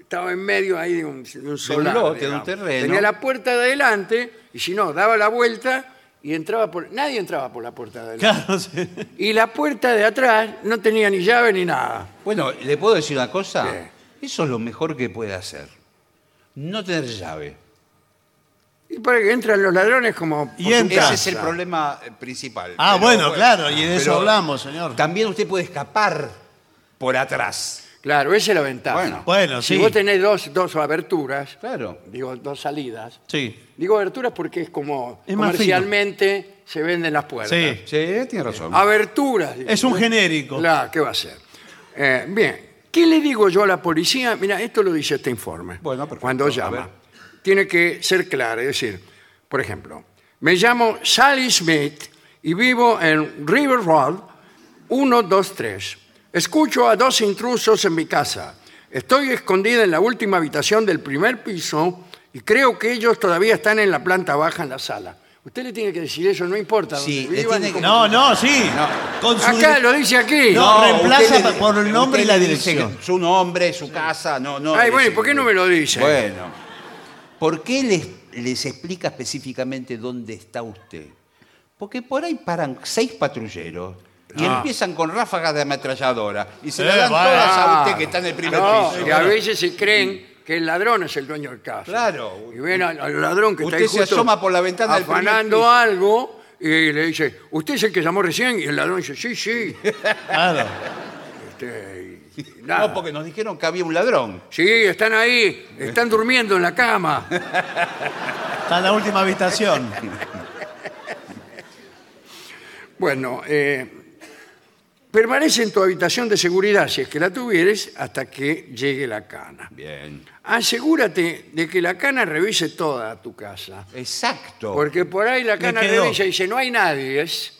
Speaker 4: estaba en medio ahí de un, de un solar,
Speaker 3: lote, de
Speaker 4: digamos.
Speaker 3: un terreno.
Speaker 4: Tenía la puerta de adelante y si no, daba la vuelta y entraba por... Nadie entraba por la puerta de adelante.
Speaker 2: Claro, sí.
Speaker 4: Y la puerta de atrás no tenía ni llave ni nada.
Speaker 3: Bueno, ¿le puedo decir una cosa?
Speaker 4: ¿Qué?
Speaker 3: Eso es lo mejor que puede hacer. No tener llave.
Speaker 4: Y para que entran los ladrones como... por
Speaker 2: Y
Speaker 4: su
Speaker 2: entra.
Speaker 4: casa.
Speaker 3: Ese es el problema eh, principal.
Speaker 2: Ah,
Speaker 3: Pero,
Speaker 2: bueno, claro, y de eso
Speaker 3: pero
Speaker 2: hablamos, señor.
Speaker 3: También usted puede escapar por atrás.
Speaker 4: Claro, esa es la ventaja.
Speaker 3: Bueno.
Speaker 2: Bueno,
Speaker 4: si
Speaker 2: sí.
Speaker 4: vos tenés dos, dos aberturas,
Speaker 3: Claro.
Speaker 4: digo, dos salidas.
Speaker 2: Sí.
Speaker 4: Digo aberturas porque es como
Speaker 2: Es más fino.
Speaker 4: comercialmente se venden las puertas.
Speaker 2: Sí.
Speaker 3: Sí, tiene razón.
Speaker 4: Aberturas.
Speaker 2: Es un genérico.
Speaker 4: Claro, ¿qué va a ser? Eh, bien, ¿qué le digo yo a la policía? Mira, esto lo dice este informe.
Speaker 3: Bueno, perfecto,
Speaker 4: Cuando
Speaker 3: a
Speaker 4: llama.
Speaker 3: ver.
Speaker 4: Tiene que ser claro, es decir, por ejemplo, me llamo Sally Smith y vivo en River Road 123. Escucho a dos intrusos en mi casa. Estoy escondida en la última habitación del primer piso y creo que ellos todavía están en la planta baja en la sala. Usted le tiene que decir eso, no importa.
Speaker 3: Sí,
Speaker 4: dónde
Speaker 3: le
Speaker 4: viva ni
Speaker 3: tiene que-
Speaker 4: cómo-
Speaker 2: No, no, sí.
Speaker 3: No.
Speaker 2: Con su-
Speaker 4: Acá lo dice aquí.
Speaker 2: No, reemplaza
Speaker 3: usted
Speaker 2: pa- por el nombre y
Speaker 3: usted
Speaker 2: la
Speaker 3: le dice
Speaker 2: dirección.
Speaker 3: que Su nombre, su casa, no, no.
Speaker 4: Ay,
Speaker 3: le
Speaker 4: bueno, ¿y
Speaker 3: dice-
Speaker 4: por qué no me lo dice?
Speaker 3: Bueno. ¿Por qué les, les explica específicamente dónde está usted? Porque por ahí paran seis patrulleros y empiezan con ráfagas de ametralladora y se
Speaker 2: Ah. Eh,
Speaker 3: la dan
Speaker 2: vaya.
Speaker 3: todas a usted que está en el primer
Speaker 4: No,
Speaker 3: piso.
Speaker 4: que Ah, a veces se creen que el ladrón es el dueño del caso.
Speaker 3: Claro.
Speaker 4: Y ven al, al ladrón que
Speaker 3: Usted
Speaker 4: está ahí
Speaker 3: se
Speaker 4: justo
Speaker 3: asoma por la ventana del primer
Speaker 4: afanando
Speaker 3: piso.
Speaker 4: algo y le dice, ¿usted es el que llamó recién? Y el ladrón dice, sí, sí.
Speaker 2: Claro.
Speaker 4: Este, y- y
Speaker 3: *laughs*
Speaker 4: nada.
Speaker 3: No, porque nos dijeron que había un ladrón.
Speaker 4: Sí, están ahí, están durmiendo en la cama.
Speaker 2: Está en la última habitación.
Speaker 4: Bueno, eh, Permanece en tu habitación de seguridad, si es que la tuvieres, hasta que llegue la cana.
Speaker 3: Bien.
Speaker 4: Asegúrate de que la cana revise toda tu casa.
Speaker 3: Exacto.
Speaker 4: Porque por ahí la cana
Speaker 2: quedó.
Speaker 4: revisa y dice, no hay nadie, es.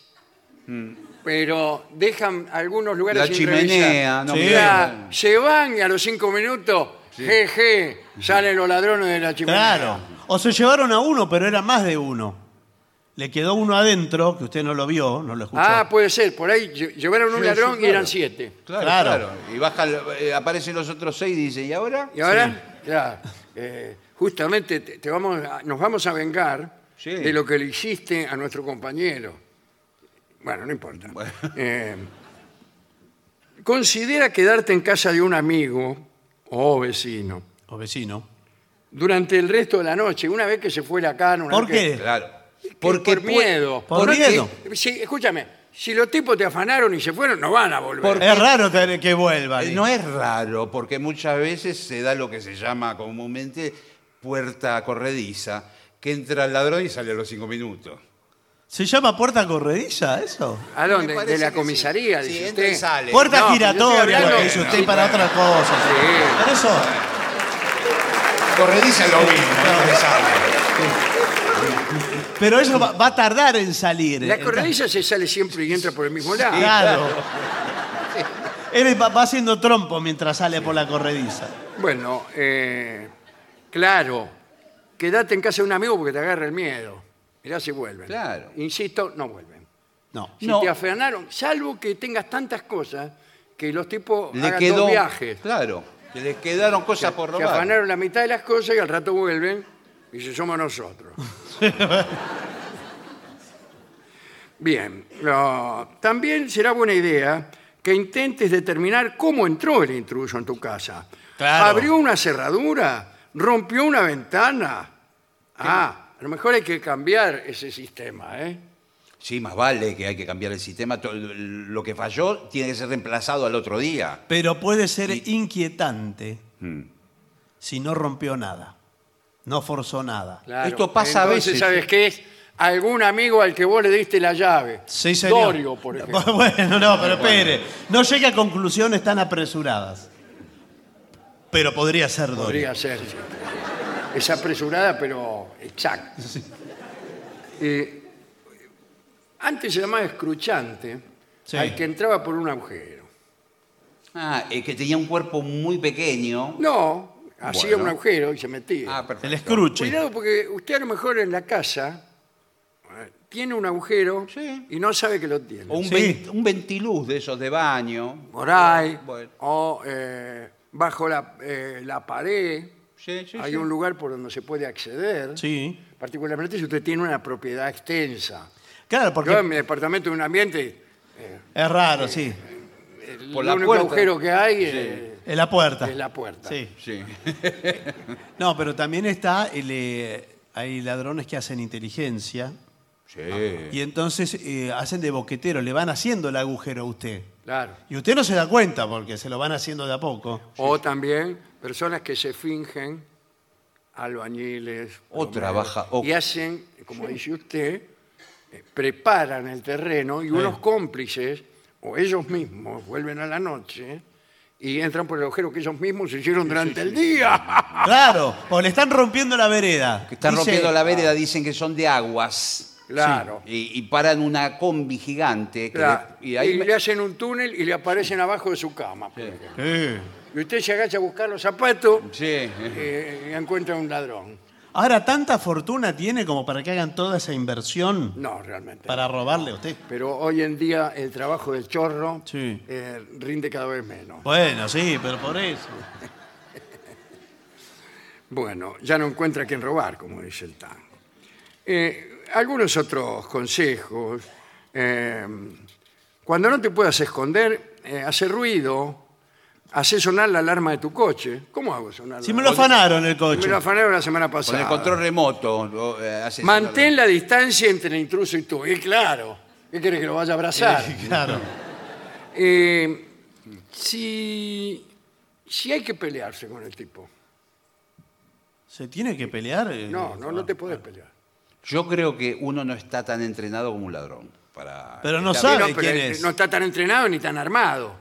Speaker 4: Pero dejan algunos lugares
Speaker 3: La
Speaker 4: sin
Speaker 3: chimenea,
Speaker 4: revisar.
Speaker 3: no
Speaker 2: Sí.
Speaker 3: me
Speaker 4: Ya,
Speaker 3: digan.
Speaker 4: se van y a los cinco minutos, jeje, salen los ladrones de la chimenea.
Speaker 2: Claro. O se llevaron a uno, pero era más de uno. Le quedó uno adentro, que usted no lo vio, no lo escuchó.
Speaker 4: Ah, puede ser, por ahí lle- llevaron un
Speaker 3: Sí,
Speaker 4: ladrón
Speaker 3: sí,
Speaker 4: y eran
Speaker 3: claro.
Speaker 4: siete.
Speaker 3: Claro,
Speaker 2: Claro.
Speaker 3: claro. Y baja, el- eh, aparecen los otros seis y dicen, ¿y ahora?
Speaker 4: Y ahora, ya, eh, justamente te, te vamos a- nos vamos a vengar
Speaker 3: Sí.
Speaker 4: de lo que le hiciste a nuestro compañero. Bueno, no importa. Eh, considera quedarte en casa de un amigo o vecino
Speaker 2: O vecino.
Speaker 4: durante el resto de la noche, una vez que se fue la cana. una
Speaker 2: ¿Por
Speaker 4: vez que-
Speaker 2: qué?
Speaker 3: Claro.
Speaker 4: por
Speaker 3: pue-
Speaker 4: miedo.
Speaker 2: Por
Speaker 3: porque-
Speaker 2: miedo.
Speaker 4: Sí, escúchame, si los tipos te afanaron y se fueron, no van a volver.
Speaker 3: Por-
Speaker 2: Es raro tener que vuelva.
Speaker 3: Eh, No es raro, porque muchas veces se da lo que se llama comúnmente puerta corrediza, que entra el ladrón y sale a los cinco minutos.
Speaker 2: ¿Se llama puerta corrediza eso?
Speaker 4: ¿A
Speaker 3: Me
Speaker 4: dónde?
Speaker 3: parece
Speaker 4: De la
Speaker 3: que sí.
Speaker 4: comisaría,
Speaker 3: Sí,
Speaker 4: dice
Speaker 3: entra y
Speaker 4: usted.
Speaker 3: sale.
Speaker 2: Puerta
Speaker 4: No, pero yo estoy
Speaker 2: giratoria,
Speaker 4: hablando-
Speaker 2: lo que dice usted
Speaker 4: Sí,
Speaker 2: para
Speaker 4: bueno.
Speaker 2: otra cosa.
Speaker 4: Sí.
Speaker 2: Pero eso,
Speaker 3: Corrediza es lo mismo, entra y sale.
Speaker 2: pero eso va, va a tardar en salir.
Speaker 4: La
Speaker 2: Está-
Speaker 4: cornisa se sale siempre y entra por el mismo lado.
Speaker 2: Claro. Él va, va haciendo trompo mientras sale por la corrediza.
Speaker 4: Bueno, eh, claro, quédate en casa de un amigo porque te agarra el miedo. Mirá si vuelven.
Speaker 3: Claro.
Speaker 4: Insisto, no vuelven.
Speaker 2: No.
Speaker 4: Si
Speaker 3: No.
Speaker 4: te afanaron, salvo que tengas tantas cosas que los tipos
Speaker 3: Le
Speaker 4: hagan
Speaker 3: quedó.
Speaker 4: dos viajes.
Speaker 3: Claro. Que le quedaron cosas por
Speaker 4: Se
Speaker 3: robar.
Speaker 4: afanaron la mitad de las cosas y al rato vuelven y se somos nosotros. Bien, lo- también será buena idea que intentes determinar cómo entró el intruso en tu casa.
Speaker 2: Claro.
Speaker 4: ¿Abrió una cerradura? ¿Rompió una ventana? Ah, a lo mejor hay que cambiar ese sistema, ¿eh?
Speaker 3: Sí, más vale que hay que cambiar el sistema. To- Lo que falló tiene que ser reemplazado al otro día.
Speaker 2: Pero puede ser inquietante
Speaker 4: Mm.
Speaker 2: si no rompió nada. No forzó nada.
Speaker 4: Claro.
Speaker 3: Esto pasa a
Speaker 4: Entonces,
Speaker 3: veces.
Speaker 4: ¿sabes qué es? Algún amigo al que vos le diste la llave.
Speaker 2: Sí, señor.
Speaker 4: Dorio,
Speaker 3: *laughs*
Speaker 4: por ejemplo.
Speaker 2: *laughs* Bueno, no, pero espere. No llegue a conclusiones tan apresuradas. Pero podría ser Dorio.
Speaker 4: Podría ser. sí. Es apresurada, pero exacta. Eh, antes se llamaba escruchante
Speaker 2: Sí.
Speaker 4: al que entraba por un agujero.
Speaker 3: Ah, es que tenía un cuerpo muy pequeño.
Speaker 4: No, hacía
Speaker 3: Bueno.
Speaker 4: un agujero y se metía.
Speaker 3: Ah, perfecto.
Speaker 2: El escruche.
Speaker 4: Cuidado porque usted a lo mejor en la casa eh, tiene un agujero
Speaker 3: Sí.
Speaker 4: y no sabe que lo
Speaker 3: O
Speaker 4: tiene.
Speaker 3: un,
Speaker 2: Sí.
Speaker 3: ven- un ventiluz de esos de baño.
Speaker 4: Por ahí,
Speaker 3: Bueno.
Speaker 4: o eh, bajo la, eh, la pared,
Speaker 3: Sí, sí,
Speaker 4: hay
Speaker 3: sí.
Speaker 4: un lugar por donde se puede acceder.
Speaker 2: Sí.
Speaker 4: Particularmente si usted tiene una propiedad extensa.
Speaker 2: Claro,
Speaker 4: Yo en
Speaker 2: porque
Speaker 4: mi departamento de un ambiente,
Speaker 2: es raro, sí.
Speaker 4: el
Speaker 3: Por la
Speaker 4: único
Speaker 3: puerta.
Speaker 4: agujero que hay eh,
Speaker 2: Es la puerta.
Speaker 4: es la puerta.
Speaker 2: Sí.
Speaker 3: Sí.
Speaker 2: No, pero también está el, eh, hay ladrones que hacen inteligencia
Speaker 3: Sí.
Speaker 2: y entonces eh, hacen de boquetero, le van haciendo el agujero a usted.
Speaker 4: Claro.
Speaker 2: Y usted no se da cuenta porque se lo van haciendo de a poco.
Speaker 4: O también personas que se fingen albañiles.
Speaker 3: O trabaja- o-
Speaker 4: Y hacen, como dice usted, eh, preparan el terreno y unos cómplices, o ellos mismos, vuelven a la noche y entran por el agujero que ellos mismos hicieron durante el día.
Speaker 2: Claro, o le están rompiendo la vereda.
Speaker 3: *laughs* Ah. Que están
Speaker 2: Dice-
Speaker 3: rompiendo la vereda, dicen que son de aguas.
Speaker 4: Claro.
Speaker 3: Y, y paran una combi gigante. que
Speaker 4: Claro.
Speaker 3: le-
Speaker 4: Y,
Speaker 3: *laughs* y ahí me-
Speaker 4: le hacen un túnel y le aparecen abajo de su cama. pues. por ejemplo.
Speaker 2: Sí.
Speaker 4: Y usted se agacha a buscar los zapatos
Speaker 3: Sí.
Speaker 4: eh, y encuentra un ladrón.
Speaker 2: Ahora, ¿tanta fortuna tiene como para que hagan toda esa inversión
Speaker 4: No, realmente.
Speaker 2: para robarle a usted?
Speaker 4: Pero hoy en día el trabajo del chorro
Speaker 2: Sí.
Speaker 4: eh, rinde cada vez menos.
Speaker 2: Bueno, sí, pero por eso.
Speaker 4: Bueno, ya no encuentra quien robar, como dice el tango. Eh, algunos otros consejos. eh, cuando no te puedas esconder, eh, hace ruido, hace sonar la alarma de tu coche. ¿Cómo hago sonar?
Speaker 2: Si
Speaker 4: la-
Speaker 2: me lo afanaron el coche.
Speaker 4: Me lo afanaron la semana
Speaker 3: Con
Speaker 4: pasada.
Speaker 3: el control remoto. lo, eh, hace-
Speaker 4: Mantén la distancia entre el intruso y tú. Y claro, ¿qué querés que lo vaya a abrazar?
Speaker 2: *laughs* Claro.
Speaker 4: Eh, si, si hay que pelearse con el tipo.
Speaker 2: ¿Se tiene que pelear? Eh,
Speaker 4: No, no, no te puedes pelear.
Speaker 3: Yo creo que uno no está tan entrenado como un ladrón. para.
Speaker 2: Pero no
Speaker 3: evitar-
Speaker 2: sabe
Speaker 4: Sí, no, pero
Speaker 2: quién es.
Speaker 4: No está tan entrenado ni tan armado.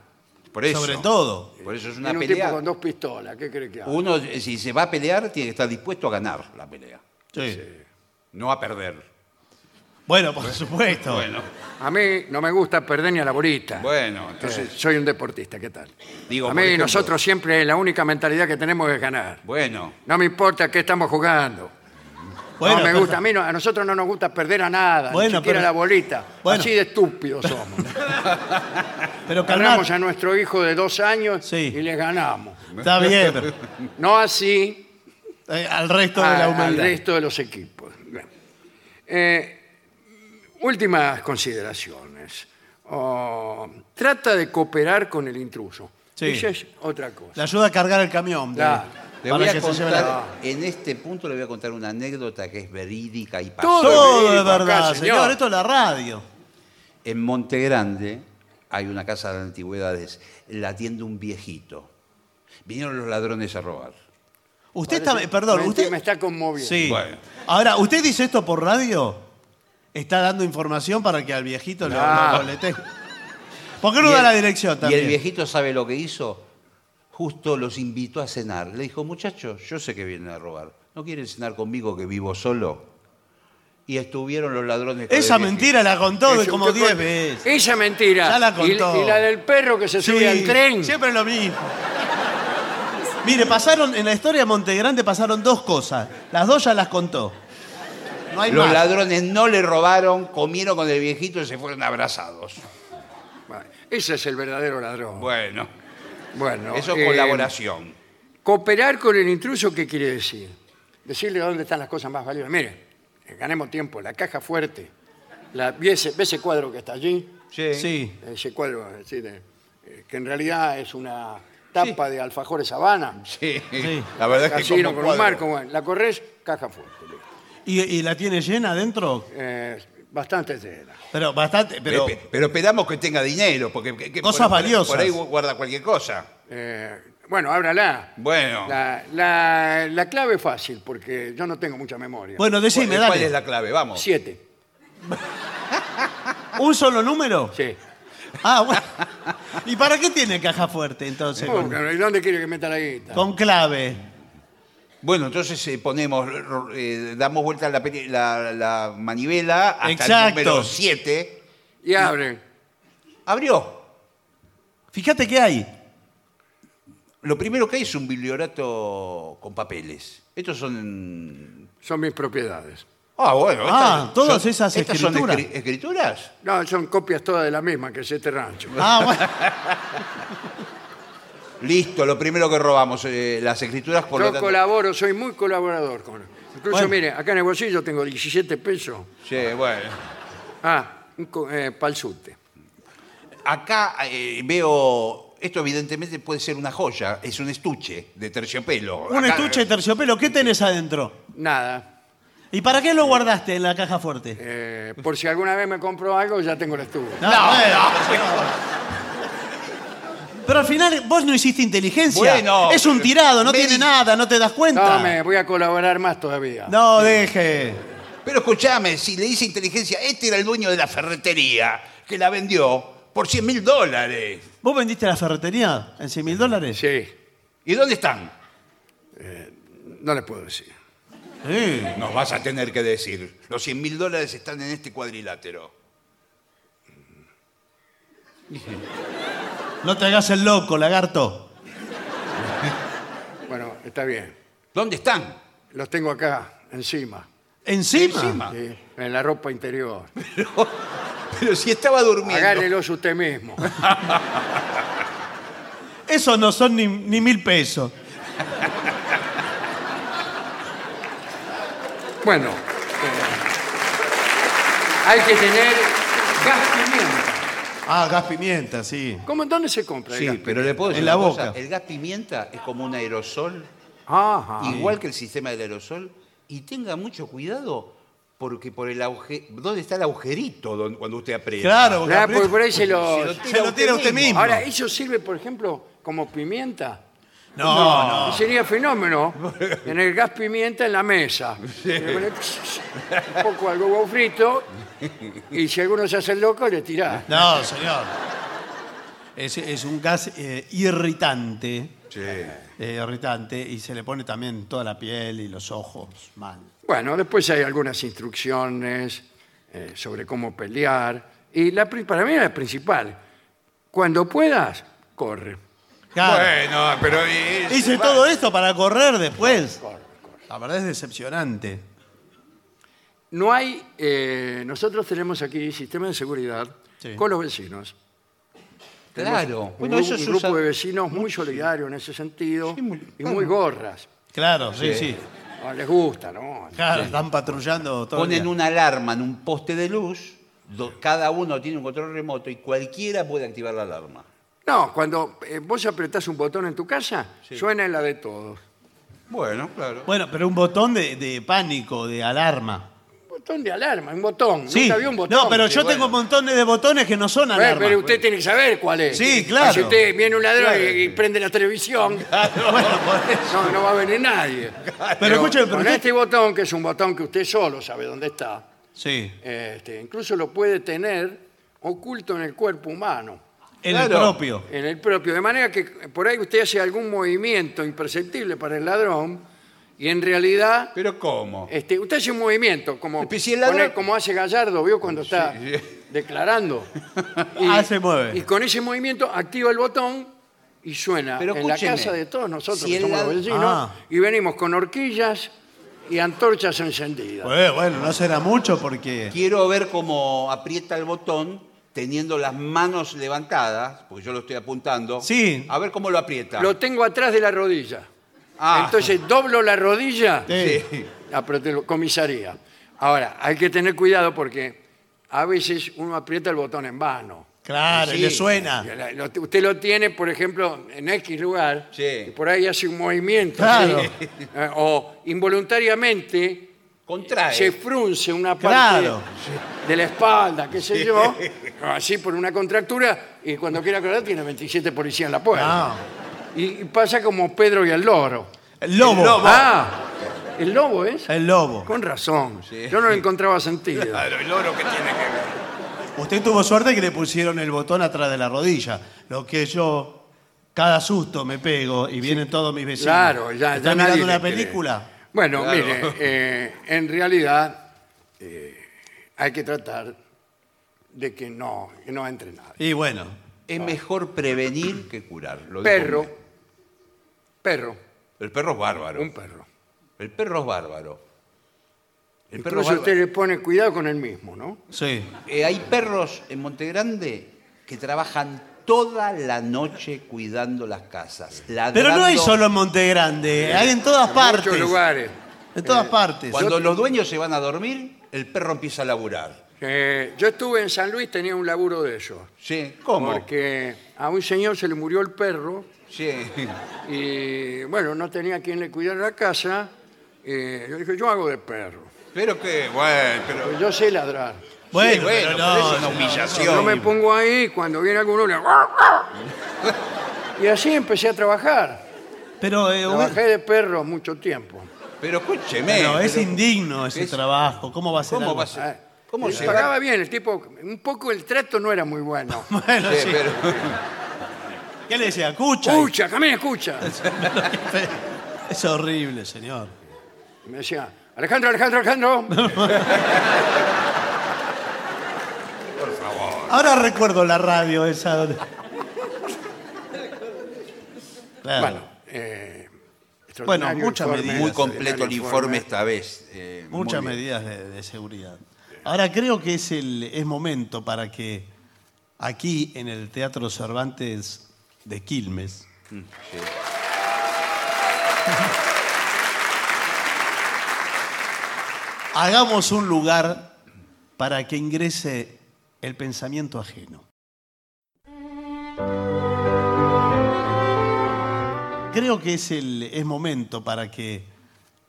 Speaker 3: Por eso.
Speaker 2: Sobre todo.
Speaker 3: Por eso es
Speaker 4: Tiene
Speaker 3: una
Speaker 4: un
Speaker 3: pelea.
Speaker 4: tipo con dos pistolas. ¿Qué cree que haga?
Speaker 3: Uno, eh, si se va a pelear, tiene que estar dispuesto a ganar la pelea,
Speaker 2: Sí.
Speaker 3: no a perder.
Speaker 2: Bueno, por supuesto.
Speaker 3: Bueno,
Speaker 4: A mí no me gusta perder ni a la bolita.
Speaker 3: bueno,
Speaker 4: Entonces,
Speaker 3: entonces,
Speaker 4: soy un deportista, ¿qué tal?
Speaker 3: Digo,
Speaker 4: a
Speaker 3: por
Speaker 4: mí
Speaker 3: ejemplo-
Speaker 4: nosotros siempre la única mentalidad que tenemos es ganar.
Speaker 3: bueno,
Speaker 4: No me importa qué estamos jugando.
Speaker 2: Bueno,
Speaker 4: no me
Speaker 2: pero-
Speaker 4: gusta, a mí no- a nosotros no nos gusta perder a nada, ni
Speaker 2: Bueno,
Speaker 4: siquiera
Speaker 2: pero-
Speaker 4: la bolita.
Speaker 2: bueno.
Speaker 4: Así de estúpidos
Speaker 2: *laughs*
Speaker 4: somos.
Speaker 2: Pero calmar.
Speaker 4: Ganamos a nuestro hijo de dos años
Speaker 2: Sí.
Speaker 4: y le ganamos.
Speaker 2: Está bien. pero-
Speaker 4: No así
Speaker 2: eh, al resto de
Speaker 4: a-
Speaker 2: la
Speaker 4: al
Speaker 2: humanidad.
Speaker 4: resto de los equipos. Bien. Eh, últimas consideraciones. Oh, trata de cooperar con el intruso.
Speaker 2: Sí.
Speaker 4: Esa es otra cosa.
Speaker 2: Le ayuda a cargar el camión. de-
Speaker 4: Claro.
Speaker 3: le
Speaker 2: para
Speaker 3: voy a
Speaker 2: que se lleve la-
Speaker 3: contar, en este punto le voy a contar una anécdota que es verídica y pasó.
Speaker 2: Todo
Speaker 4: Todo
Speaker 2: es
Speaker 4: acá,
Speaker 2: verdad,
Speaker 4: señor.
Speaker 2: señor. Esto es la radio.
Speaker 3: En Monte Grande hay una casa de antigüedades, la atiende un viejito. Vinieron los ladrones a robar.
Speaker 2: Usted está. Perdón,
Speaker 4: me,
Speaker 2: usted.
Speaker 4: me está conmoviendo.
Speaker 2: Sí.
Speaker 3: Bueno.
Speaker 2: Ahora, ¿usted dice esto por radio? ¿Está dando información para que al viejito lo-
Speaker 4: Claro.
Speaker 2: lo bolete? ¿Por qué no da la dirección
Speaker 3: Y el
Speaker 2: también?
Speaker 3: viejito sabe lo que hizo. Justo los invitó a cenar. Le dijo, muchachos, yo sé que vienen a robar. ¿No quieren cenar conmigo que vivo solo? Y estuvieron los ladrones. con el
Speaker 2: Esa
Speaker 3: viejito.
Speaker 2: mentira la contó de
Speaker 4: Es un-
Speaker 2: como 10
Speaker 4: con-
Speaker 2: veces.
Speaker 4: Esa mentira.
Speaker 2: Ya la
Speaker 4: Y-
Speaker 2: contó.
Speaker 4: Y, la del perro que se sube al tren.
Speaker 2: Siempre lo mismo. Mire, pasaron, en la historia de Montegrande pasaron dos cosas. Las dos ya las contó. No hay
Speaker 3: Los
Speaker 2: más.
Speaker 3: ladrones no le robaron, comieron con el viejito y se fueron abrazados.
Speaker 4: Ese es el verdadero ladrón.
Speaker 3: Bueno,
Speaker 4: Bueno,
Speaker 3: eso es
Speaker 4: eh,
Speaker 3: colaboración.
Speaker 4: Cooperar con el intruso, ¿qué quiere decir? Decirle dónde están las cosas más valiosas. Mire, eh, ganemos tiempo, la caja fuerte. La, ¿ve, ese, ve ese cuadro que está allí?
Speaker 2: Sí.
Speaker 4: Ese cuadro, es decir, eh, eh, que en realidad es una tapa de alfajores habana.
Speaker 3: Sí.
Speaker 2: Sí.
Speaker 3: la verdad es que *laughs*
Speaker 4: Casino
Speaker 3: como
Speaker 4: con un
Speaker 3: cuadro.
Speaker 4: marco. bueno, la corres, caja fuerte. listo.
Speaker 2: ¿Y, y la tiene llena adentro?
Speaker 4: Eh, bastante tela.
Speaker 2: Pero bastante. Pero,
Speaker 3: Pe- pero esperamos que tenga dinero, porque que- que
Speaker 2: Cosas
Speaker 3: por- por-
Speaker 2: valiosas.
Speaker 3: Por ahí guarda cualquier cosa.
Speaker 4: Eh, bueno, ábrala.
Speaker 3: Bueno,
Speaker 4: La, la- la clave es fácil, porque yo no tengo mucha memoria.
Speaker 2: bueno, decime,
Speaker 3: ¿cuál
Speaker 2: dale.
Speaker 3: es la clave? Vamos.
Speaker 4: Siete.
Speaker 2: ¿Un solo número?
Speaker 4: Sí.
Speaker 2: Ah, bueno. *laughs* ¿Y para qué tiene caja fuerte entonces? Con,
Speaker 4: ¿Y dónde quiere que meta la guita?
Speaker 2: con clave.
Speaker 3: Bueno, entonces eh, ponemos, r- r- eh, damos vuelta la, peli- la- la manivela hasta
Speaker 2: Exacto.
Speaker 3: el número 7.
Speaker 4: Y abre.
Speaker 3: Abrió.
Speaker 2: Fíjate qué hay.
Speaker 3: Lo primero que hay es un bibliorato con papeles. Estos son...
Speaker 4: Son mis propiedades.
Speaker 3: Ah, bueno.
Speaker 2: Ah, todas esas
Speaker 3: estas son
Speaker 2: escrituras.
Speaker 3: escri- escrituras.
Speaker 4: No, son copias todas de la misma que es este rancho.
Speaker 2: Ah, bueno.
Speaker 3: Listo, lo primero que robamos, eh, las escrituras por lo
Speaker 4: Yo
Speaker 3: tanto-
Speaker 4: colaboro, soy muy colaborador con. Incluso,
Speaker 2: Bueno.
Speaker 4: mire, acá en el bolsillo tengo 17 pesos.
Speaker 3: Sí, bueno.
Speaker 4: Ah, un co- eh, palsute.
Speaker 3: Acá eh, veo, esto evidentemente puede ser una joya, es un estuche de terciopelo.
Speaker 2: Un
Speaker 3: Acá-
Speaker 2: estuche de terciopelo, ¿qué tenés adentro?
Speaker 4: Nada.
Speaker 2: ¿Y para qué lo guardaste en la caja fuerte?
Speaker 4: eh, por si alguna vez me compro algo, ya tengo el estuvo.
Speaker 2: No, no. Pero al final vos no hiciste inteligencia.
Speaker 3: Bueno.
Speaker 2: es un tirado, no
Speaker 3: Me
Speaker 2: tiene
Speaker 3: di-
Speaker 2: nada, no te das cuenta.
Speaker 4: No, me voy a colaborar más todavía.
Speaker 2: No, deje.
Speaker 3: Pero escúchame, si le hice inteligencia, este era el dueño de la ferretería que la vendió por 100 mil dólares.
Speaker 2: ¿Vos vendiste la ferretería en 100 mil dólares?
Speaker 4: Sí,
Speaker 3: ¿Y dónde están?
Speaker 4: no les puedo decir.
Speaker 2: Sí.
Speaker 3: Nos vas a tener que decir. Los 100 mil dólares están en este cuadrilátero.
Speaker 2: No te hagas el loco, lagarto.
Speaker 4: Bueno, está bien.
Speaker 3: ¿Dónde están?
Speaker 4: Los tengo acá, encima.
Speaker 2: ¿Encima?
Speaker 3: Encima.
Speaker 4: sí, en la ropa interior.
Speaker 3: *laughs* Pero si estaba durmiendo.
Speaker 4: Agárrelos usted mismo.
Speaker 2: Esos no son ni, ni mil pesos.
Speaker 4: Bueno, eh, hay que tener gas pimienta.
Speaker 2: Ah, gas pimienta, sí.
Speaker 4: ¿Cómo, ¿Dónde se compra el gas
Speaker 3: Sí, pero le puedo decir
Speaker 2: En la
Speaker 3: una cosa,
Speaker 2: boca.
Speaker 3: El gas pimienta es como un aerosol,
Speaker 4: Ajá. Ah,
Speaker 3: igual que el sistema del aerosol. Y tenga mucho cuidado, porque por el agujero... ¿Dónde está el agujerito don- cuando usted aprieta?
Speaker 2: Claro, porque
Speaker 4: Ah,
Speaker 2: aprieta-
Speaker 4: porque por ahí se
Speaker 3: Se
Speaker 4: lo...
Speaker 3: lo
Speaker 2: se lo tira usted mismo.
Speaker 4: Ahora, eso sirve, por ejemplo, como pimienta
Speaker 2: No, no.
Speaker 4: Sería fenómeno en el gas pimienta en la mesa. Le pone Un poco al huevo frito y si alguno se hace el loco le tirá.
Speaker 2: No, señor. Es, es un gas eh, irritante. eh, irritante. Y se le pone también toda la piel y los ojos mal.
Speaker 4: Bueno, después hay algunas instrucciones eh, sobre cómo pelear. Y la, pri- para mí la principal, cuando puedas, corre.
Speaker 2: Claro.
Speaker 3: Bueno, pero... y-
Speaker 2: Hice todo esto para correr después. La verdad es decepcionante.
Speaker 4: No hay, eh, nosotros tenemos aquí sistema de seguridad
Speaker 2: Sí.
Speaker 4: con los vecinos.
Speaker 3: Claro.
Speaker 4: Un,
Speaker 3: Bueno,
Speaker 4: gru-
Speaker 3: eso
Speaker 4: un
Speaker 3: se
Speaker 4: grupo
Speaker 3: usa-
Speaker 4: de vecinos muy solidarios en ese sentido
Speaker 3: Sí, muy-
Speaker 4: y muy gorras.
Speaker 2: Claro, sí, sí.
Speaker 4: No, les gusta, ¿no?
Speaker 2: Claro, están patrullando todo. el
Speaker 3: Ponen
Speaker 2: día.
Speaker 3: una alarma en un poste de luz, do- cada uno tiene un control remoto y cualquiera puede activar la alarma.
Speaker 4: No, cuando eh, vos apretás un botón en tu casa, suena en la de todos.
Speaker 3: Bueno, claro.
Speaker 2: Bueno, pero un botón de, de pánico, de alarma.
Speaker 4: Un botón de alarma, un botón.
Speaker 2: Sí.
Speaker 4: Nunca había un botón.
Speaker 2: no, pero
Speaker 4: Sí,
Speaker 2: yo
Speaker 4: bueno.
Speaker 2: tengo montones de botones que no son
Speaker 4: Bueno,
Speaker 2: alarma. pues.
Speaker 4: pero usted tiene que saber cuál es.
Speaker 2: Sí, claro.
Speaker 4: Si usted viene un ladrón y, y prende la televisión,
Speaker 2: *laughs* Ah,
Speaker 4: no, no va a venir nadie.
Speaker 2: Pero escúcheme, pero
Speaker 4: con
Speaker 2: usted-
Speaker 4: este botón, que es un botón que usted solo sabe dónde está,
Speaker 2: Sí.
Speaker 4: este, incluso lo puede tener oculto en el cuerpo humano,
Speaker 2: El
Speaker 3: Claro.
Speaker 2: propio.
Speaker 4: en el propio. De manera que por ahí usted hace algún movimiento imperceptible para el ladrón y en realidad
Speaker 3: ¿Pero cómo?
Speaker 4: Este, usted hace un movimiento, como,
Speaker 3: Pero si el ladrón-
Speaker 4: con el- como hace Gallardo, ¿vio? Cuando está
Speaker 3: sí. *laughs*
Speaker 4: declarando.
Speaker 2: Ah, se mueve.
Speaker 4: Y con ese movimiento activa el botón y suena
Speaker 3: Pero
Speaker 4: en la
Speaker 3: escúcheme,
Speaker 4: casa de todos nosotros,
Speaker 3: si
Speaker 4: que
Speaker 3: el
Speaker 4: somos los
Speaker 3: lad-
Speaker 4: vecinos,
Speaker 2: Ah.
Speaker 4: y venimos con horquillas y antorchas encendidas.
Speaker 2: Bueno, bueno, no será mucho porque.
Speaker 3: Quiero ver cómo aprieta el botón teniendo las manos levantadas, porque yo lo estoy apuntando.
Speaker 2: Sí.
Speaker 3: A ver cómo lo aprieta.
Speaker 4: Lo tengo atrás de la rodilla.
Speaker 3: Ah.
Speaker 4: Entonces doblo la rodilla,
Speaker 2: Sí.
Speaker 4: apreté el- comisaría. Ahora, hay que tener cuidado porque a veces uno aprieta el botón en vano.
Speaker 2: Claro,
Speaker 3: Sí.
Speaker 2: le suena.
Speaker 4: La- lo- Usted lo tiene, por ejemplo, en X lugar,
Speaker 3: Sí.
Speaker 4: y por ahí hace un movimiento,
Speaker 2: Claro.
Speaker 4: ¿sí? Eh, o involuntariamente
Speaker 3: Contrae.
Speaker 4: se frunce una parte
Speaker 2: Claro.
Speaker 4: de la espalda, qué sé yo, así por una contractura, y cuando quiere acordar tiene 27 policías en la puerta.
Speaker 2: Ah.
Speaker 4: Y, y pasa como Pedro y el loro.
Speaker 2: El lobo.
Speaker 4: Ah, el lobo es.
Speaker 2: El lobo.
Speaker 4: Con razón, yo no le encontraba sentido.
Speaker 3: el oro que tiene que ver.
Speaker 2: Usted tuvo suerte que le pusieron el botón atrás de la rodilla. Lo que yo, cada susto me pego y vienen todos mis vecinos.
Speaker 4: Claro, ya, ya
Speaker 2: ¿Están
Speaker 4: nadie
Speaker 2: mirando
Speaker 4: le
Speaker 2: una
Speaker 4: cree.
Speaker 2: película?
Speaker 4: Bueno,
Speaker 3: Claro.
Speaker 4: mire, eh, en realidad eh, hay que tratar de que no, que no entre nadie.
Speaker 2: Y bueno,
Speaker 3: Es mejor prevenir que curar. lo dijo
Speaker 4: Perro,
Speaker 3: un-
Speaker 4: perro,
Speaker 3: El perro es bárbaro.
Speaker 4: un perro.
Speaker 3: El perro es bárbaro. El perro es
Speaker 4: Incluso
Speaker 3: bárbaro.
Speaker 4: usted le pone cuidado con el mismo, ¿no?
Speaker 2: sí.
Speaker 3: Eh, hay perros en Montegrande que trabajan toda la noche cuidando las casas.
Speaker 2: Pero no
Speaker 3: ladrando.
Speaker 2: hay solo en Montegrande, hay en todas partes.
Speaker 4: Muchos lugares.
Speaker 2: En todas
Speaker 4: Eh,
Speaker 2: partes.
Speaker 3: Cuando los dueños se van a dormir, el perro empieza a laburar.
Speaker 4: Eh, yo estuve en San Luis, tenía un laburo de esos.
Speaker 3: Sí. ¿Cómo?
Speaker 4: Porque a un señor se le murió el perro
Speaker 3: Sí.
Speaker 4: y, bueno, no tenía quien le cuidara la casa. Eh, yo dije, yo hago de perro.
Speaker 3: Pero que, bueno, pero.
Speaker 4: Yo sé ladrar.
Speaker 2: Bueno,
Speaker 3: Sí, bueno,
Speaker 2: pero
Speaker 3: pero
Speaker 2: no,
Speaker 3: eso es una
Speaker 2: no,
Speaker 3: humillación.
Speaker 4: Yo me pongo ahí cuando viene alguno le *laughs* y así empecé a trabajar.
Speaker 2: Pero, eh,
Speaker 4: Trabajé de perro mucho tiempo.
Speaker 3: Pero escúcheme.
Speaker 2: bueno, es
Speaker 3: pero-
Speaker 2: indigno ese
Speaker 3: es-
Speaker 2: trabajo. ¿Cómo va a ser?
Speaker 3: ¿Cómo
Speaker 2: algo?
Speaker 3: va a ser?
Speaker 4: Ah,
Speaker 3: ¿Cómo
Speaker 4: y
Speaker 3: se va?
Speaker 4: pagaba bien el tipo, un poco el trato no era
Speaker 3: *laughs*
Speaker 4: muy bueno.
Speaker 2: *laughs* Bueno,
Speaker 3: Sí,
Speaker 2: sí.
Speaker 3: pero-
Speaker 2: ¿Qué le decía? Cucha.
Speaker 4: Escucha, camina, escucha.
Speaker 2: *laughs* Es horrible, señor.
Speaker 4: Me decía, Alejandro,
Speaker 3: *laughs*
Speaker 4: Alejandro, Alejandro.
Speaker 2: Ahora recuerdo la radio esa. donde- Claro.
Speaker 4: Bueno, eh, extraordinario
Speaker 2: muchas
Speaker 4: informe,
Speaker 2: medidas.
Speaker 3: *laughs* Muy completo el
Speaker 4: extraordinario
Speaker 3: informe esta vez. eh, muy
Speaker 2: Muchas
Speaker 3: bien.
Speaker 2: medidas de, de seguridad. Ahora creo que es, el, es momento para que aquí en el Teatro Cervantes de Quilmes
Speaker 3: Mm,
Speaker 2: *laughs* hagamos un lugar para que ingrese el pensamiento ajeno. Creo que es, el, es momento para que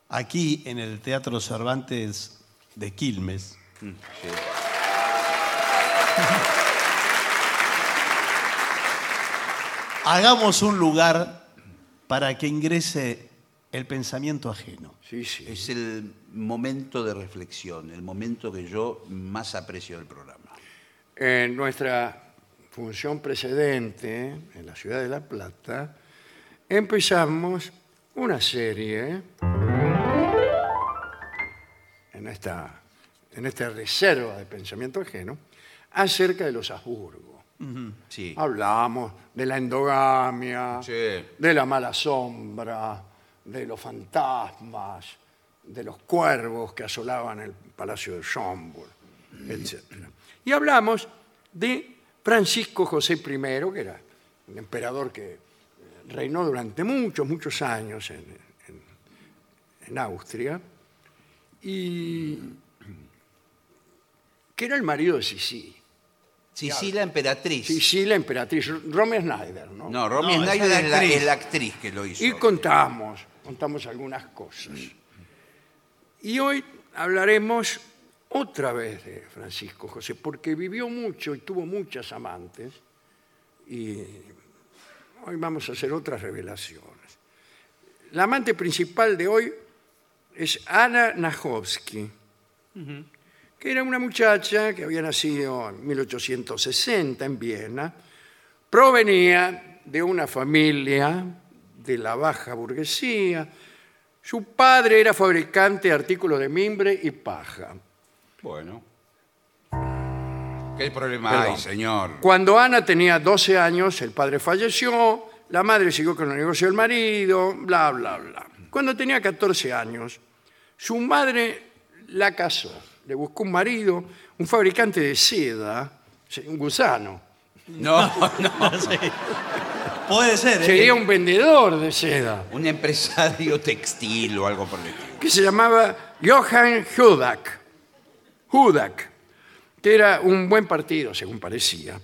Speaker 2: aquí en el Teatro Cervantes de Quilmes *laughs* hagamos un lugar para que ingrese el pensamiento ajeno.
Speaker 4: Sí, sí.
Speaker 3: Es el momento de reflexión, el momento que yo más aprecio del programa.
Speaker 4: En Eh, nuestra función precedente, en la ciudad de La Plata, empezamos una serie en esta, en esta reserva de pensamiento ajeno acerca de los Habsburgo.
Speaker 3: Sí.
Speaker 4: Hablamos de la endogamia,
Speaker 3: Sí.
Speaker 4: de la mala sombra, de los fantasmas, de los cuervos que asolaban el palacio de Schomburg, etc. Y hablamos de Francisco José I, que era un emperador que eh, reinó durante muchos, muchos años en, en- en Austria, y que era el marido de Sisi.
Speaker 3: Sicilia emperatriz.
Speaker 4: Sisi, la emperatriz, Romy Schneider, ¿no?
Speaker 3: No, Romy
Speaker 2: No, esa
Speaker 3: Schneider
Speaker 2: es la
Speaker 3: es la,
Speaker 2: actriz.
Speaker 3: es la actriz que lo hizo.
Speaker 4: Y contamos, contamos algunas cosas. Y hoy hablaremos otra vez de Francisco José, porque vivió mucho y tuvo muchas amantes. Y hoy vamos a hacer otras revelaciones. La amante principal de hoy es Ana Najovsky, que era una muchacha que había nacido en 1860 en Viena, provenía de una familia de la baja burguesía. Su padre era fabricante de artículos de mimbre y paja.
Speaker 3: Bueno. ¿Qué problema
Speaker 4: Perdón.
Speaker 3: hay, señor?
Speaker 4: Cuando Ana tenía 12 años, el padre falleció, la madre siguió con el negocio del marido, bla, bla, bla. Cuando tenía 14 años, su madre la casó, le buscó un marido, un fabricante de seda, sí, un gusano.
Speaker 3: No, no.
Speaker 2: Puede ser, ¿eh?
Speaker 4: Sería un vendedor de seda,
Speaker 3: Un empresario textil o algo por el estilo.
Speaker 4: que se llamaba Johann Hudak. Hudak, que era un buen partido, según parecía.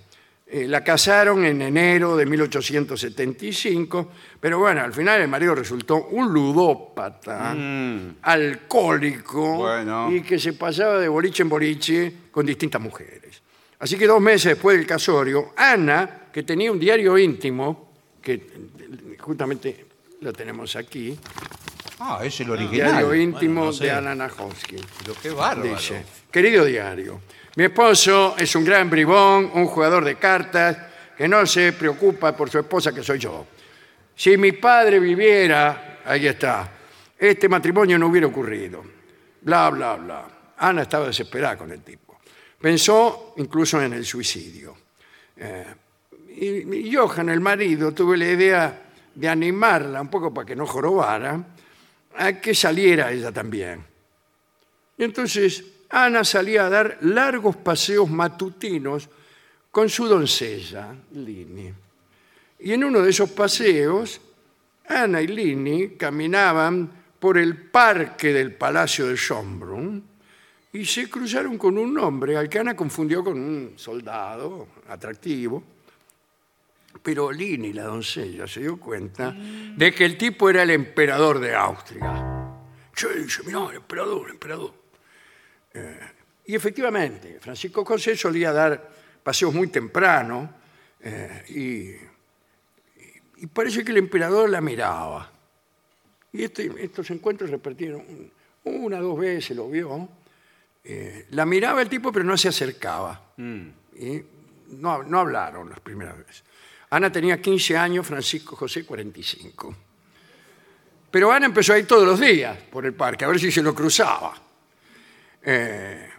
Speaker 4: Eh, la casaron en enero de 1875, pero bueno, al final el marido resultó un ludópata, alcohólico
Speaker 3: Bueno.
Speaker 4: y que se pasaba de boliche en boliche con distintas mujeres. Así que dos meses después del casorio, Ana, que tenía un diario íntimo, que eh, justamente lo tenemos aquí,
Speaker 3: Ah, es el
Speaker 4: diario
Speaker 3: original.
Speaker 4: íntimo
Speaker 2: Bueno, no sé.
Speaker 4: de Ana Najovsky.
Speaker 3: Pero qué bárbaro.
Speaker 4: Dice, querido diario, mi esposo es un gran bribón, un jugador de cartas, que no se preocupa por su esposa, que soy yo. Si mi padre viviera, ahí está, este matrimonio no hubiera ocurrido. Bla, bla, bla. Ana estaba desesperada con el tipo. Pensó incluso en el suicidio. Eh, y, y Johan, el marido, tuvo la idea de animarla un poco para que no jorobara, a que saliera ella también. Y entonces Ana salía a dar largos paseos matutinos con su doncella, Lini. Y en uno de esos paseos, Ana y Lini caminaban por el parque del Palacio de Schombrun y se cruzaron con un hombre al que Ana confundió con un soldado atractivo. Pero Lini, la doncella, se dio cuenta de que el tipo era el emperador de Austria. Che, dice, mirá, el emperador, el emperador. Y efectivamente, Francisco José solía dar paseos muy temprano eh, y, y parece que el emperador la miraba. Y este- estos encuentros se repetieron un- una, dos veces, lo vio. Eh, la miraba el tipo, pero no se acercaba. Y no, no hablaron las primeras veces. Ana tenía 15 años, Francisco José 45. Pero Ana empezó a ir todos los días por el parque, a ver si se lo cruzaba. Eh,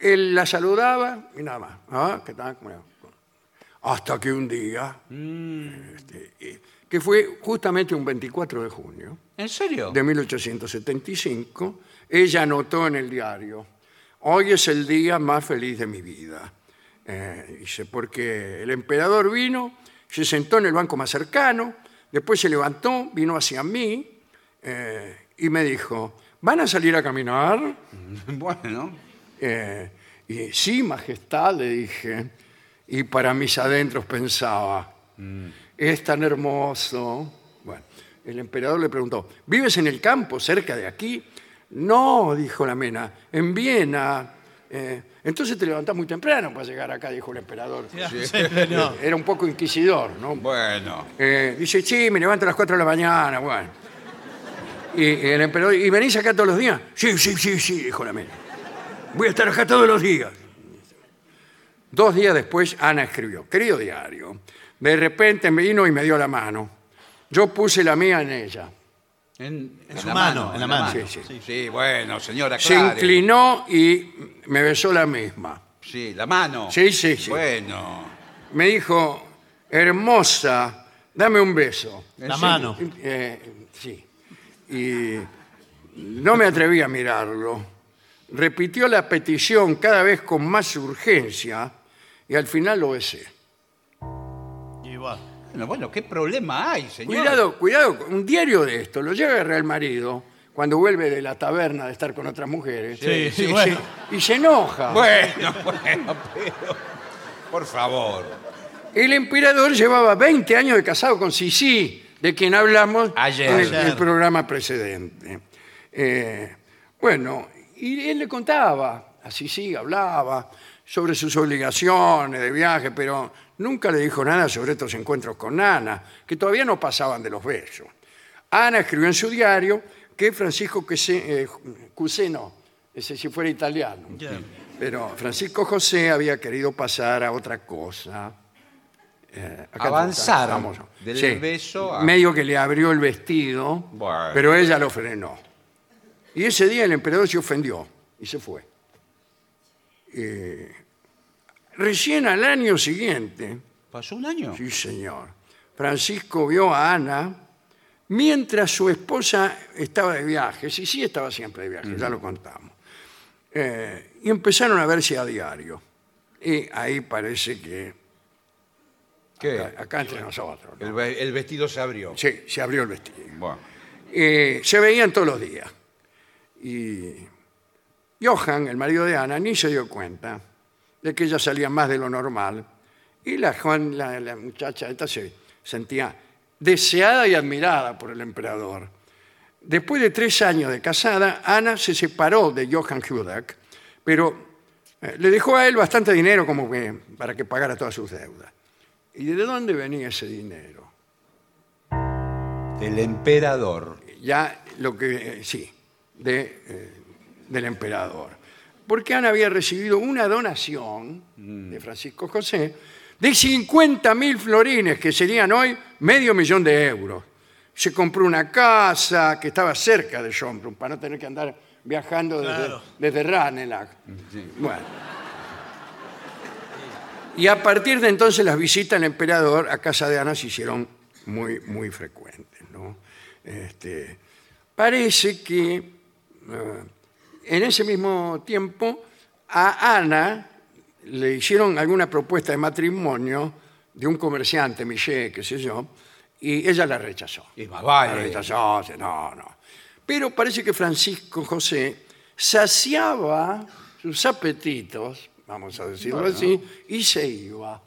Speaker 4: él la saludaba y nada más. Ah, ¿qué tal? ¿Cómo le va? Hasta que un día, este, eh, que fue justamente un 24 de junio
Speaker 3: ¿En serio?
Speaker 4: de 1875, ella anotó en el diario, hoy es el día más feliz de mi vida. Eh, dice, porque el emperador vino, se sentó en el banco más cercano, después se levantó, vino hacia mí eh, y me dijo, ¿van a salir a caminar?
Speaker 3: *laughs* Bueno.
Speaker 4: Eh, y sí, majestad, le dije. Y para mis adentros pensaba, es tan hermoso. Bueno, el emperador le preguntó, ¿vives en el campo, cerca de aquí? No, dijo la mena, en Viena, eh, entonces te levantás muy temprano para llegar acá, dijo el emperador.
Speaker 2: Sí, señor.
Speaker 4: Era un poco inquisidor, ¿no?
Speaker 3: Bueno.
Speaker 4: Eh, dice, sí, me levanto a las 4 de la mañana, bueno. Y, y el emperador, ¿y venís acá todos los días? Sí, sí, sí, sí, dijo la mina. Voy a estar acá todos los días. Dos días después, Ana escribió, querido diario, de repente me vino y me dio la mano. Yo puse la mía en ella.
Speaker 3: En,
Speaker 2: su mano, en la mano.
Speaker 3: Sí, sí. Sí, bueno, señora,
Speaker 4: Se
Speaker 3: aclare.
Speaker 4: inclinó y me besó la misma.
Speaker 3: Sí, la mano.
Speaker 4: Sí, sí, sí.
Speaker 3: Bueno.
Speaker 4: Me dijo, hermosa, dame un beso.
Speaker 2: La mano.
Speaker 4: Eh, sí. Y no me atreví a mirarlo. Repitió la petición cada vez con más urgencia y al final lo besé.
Speaker 2: Y bueno.
Speaker 3: Bueno, bueno, ¿qué problema hay, señor?
Speaker 4: Cuidado, cuidado, un diario de esto, lo lleva el Real Marido cuando vuelve de la taberna de estar con otras mujeres
Speaker 2: Sí, sí,
Speaker 4: y, se-
Speaker 2: bueno.
Speaker 4: y se enoja.
Speaker 3: Bueno, *laughs* bueno, pero. Por favor.
Speaker 4: El emperador llevaba 20 años de casado con Sisi, de quien hablamos
Speaker 3: Ayer.
Speaker 4: en el,
Speaker 2: Ayer.
Speaker 4: el programa precedente. Eh, bueno, y él le contaba, a Sisi hablaba sobre sus obligaciones de viaje, pero nunca le dijo nada sobre estos encuentros con Ana, que todavía no pasaban de los besos. Ana escribió en su diario que Francisco Cuse- eh, Cuseno, ese si fuera italiano,
Speaker 2: Ya.
Speaker 4: pero Francisco José había querido pasar a otra cosa. Eh, acá
Speaker 3: Avanzar
Speaker 4: está, vamos.
Speaker 3: del beso a-
Speaker 4: Medio que le abrió el vestido,
Speaker 3: Bueno.
Speaker 4: pero ella lo frenó. Y ese día el emperador se ofendió y se fue. Eh, recién al año siguiente,
Speaker 3: ¿Pasó un año?
Speaker 4: Sí, señor. Francisco vio a Ana mientras su esposa estaba de viaje. Sí, sí, estaba siempre de viaje, ya lo contamos. Eh, y empezaron a verse a diario. Y ahí parece que,
Speaker 3: ¿Qué?
Speaker 4: acá entre nosotros, ¿no?
Speaker 3: El, ve- el vestido se abrió.
Speaker 4: Sí, se abrió el vestido.
Speaker 3: Bueno.
Speaker 4: Eh, se veían todos los días. Y Johan, el marido de Ana, ni se dio cuenta de que ella salía más de lo normal. Y la, Juan, la, la muchacha esta se sentía deseada y admirada por el emperador. Después de tres años de casada, Ana se separó de Johan Hudak, pero eh, le dejó a él bastante dinero como que- para que pagara todas sus deudas. ¿Y de dónde venía ese dinero?
Speaker 3: Del emperador.
Speaker 4: ya lo que eh, sí de, eh, del emperador porque Ana había recibido una donación de Francisco José de 50.000 florines que serían hoy medio millón de euros se compró una casa que estaba cerca de Schönbrunn para no tener que andar viajando desde,
Speaker 2: Claro.
Speaker 4: desde Ranelagh
Speaker 3: Sí.
Speaker 4: bueno y a partir de entonces las visitas al emperador a casa de Ana se hicieron muy, muy frecuentes. ¿no? Este, parece que eh, en ese mismo tiempo a Ana le hicieron alguna propuesta de matrimonio de un comerciante, Michel, qué sé yo, y ella la rechazó.
Speaker 3: Y más
Speaker 4: La
Speaker 3: vale.
Speaker 4: rechazó, dice, no, no. Pero parece que Francisco José saciaba sus apetitos, vamos a decirlo así, y se iba.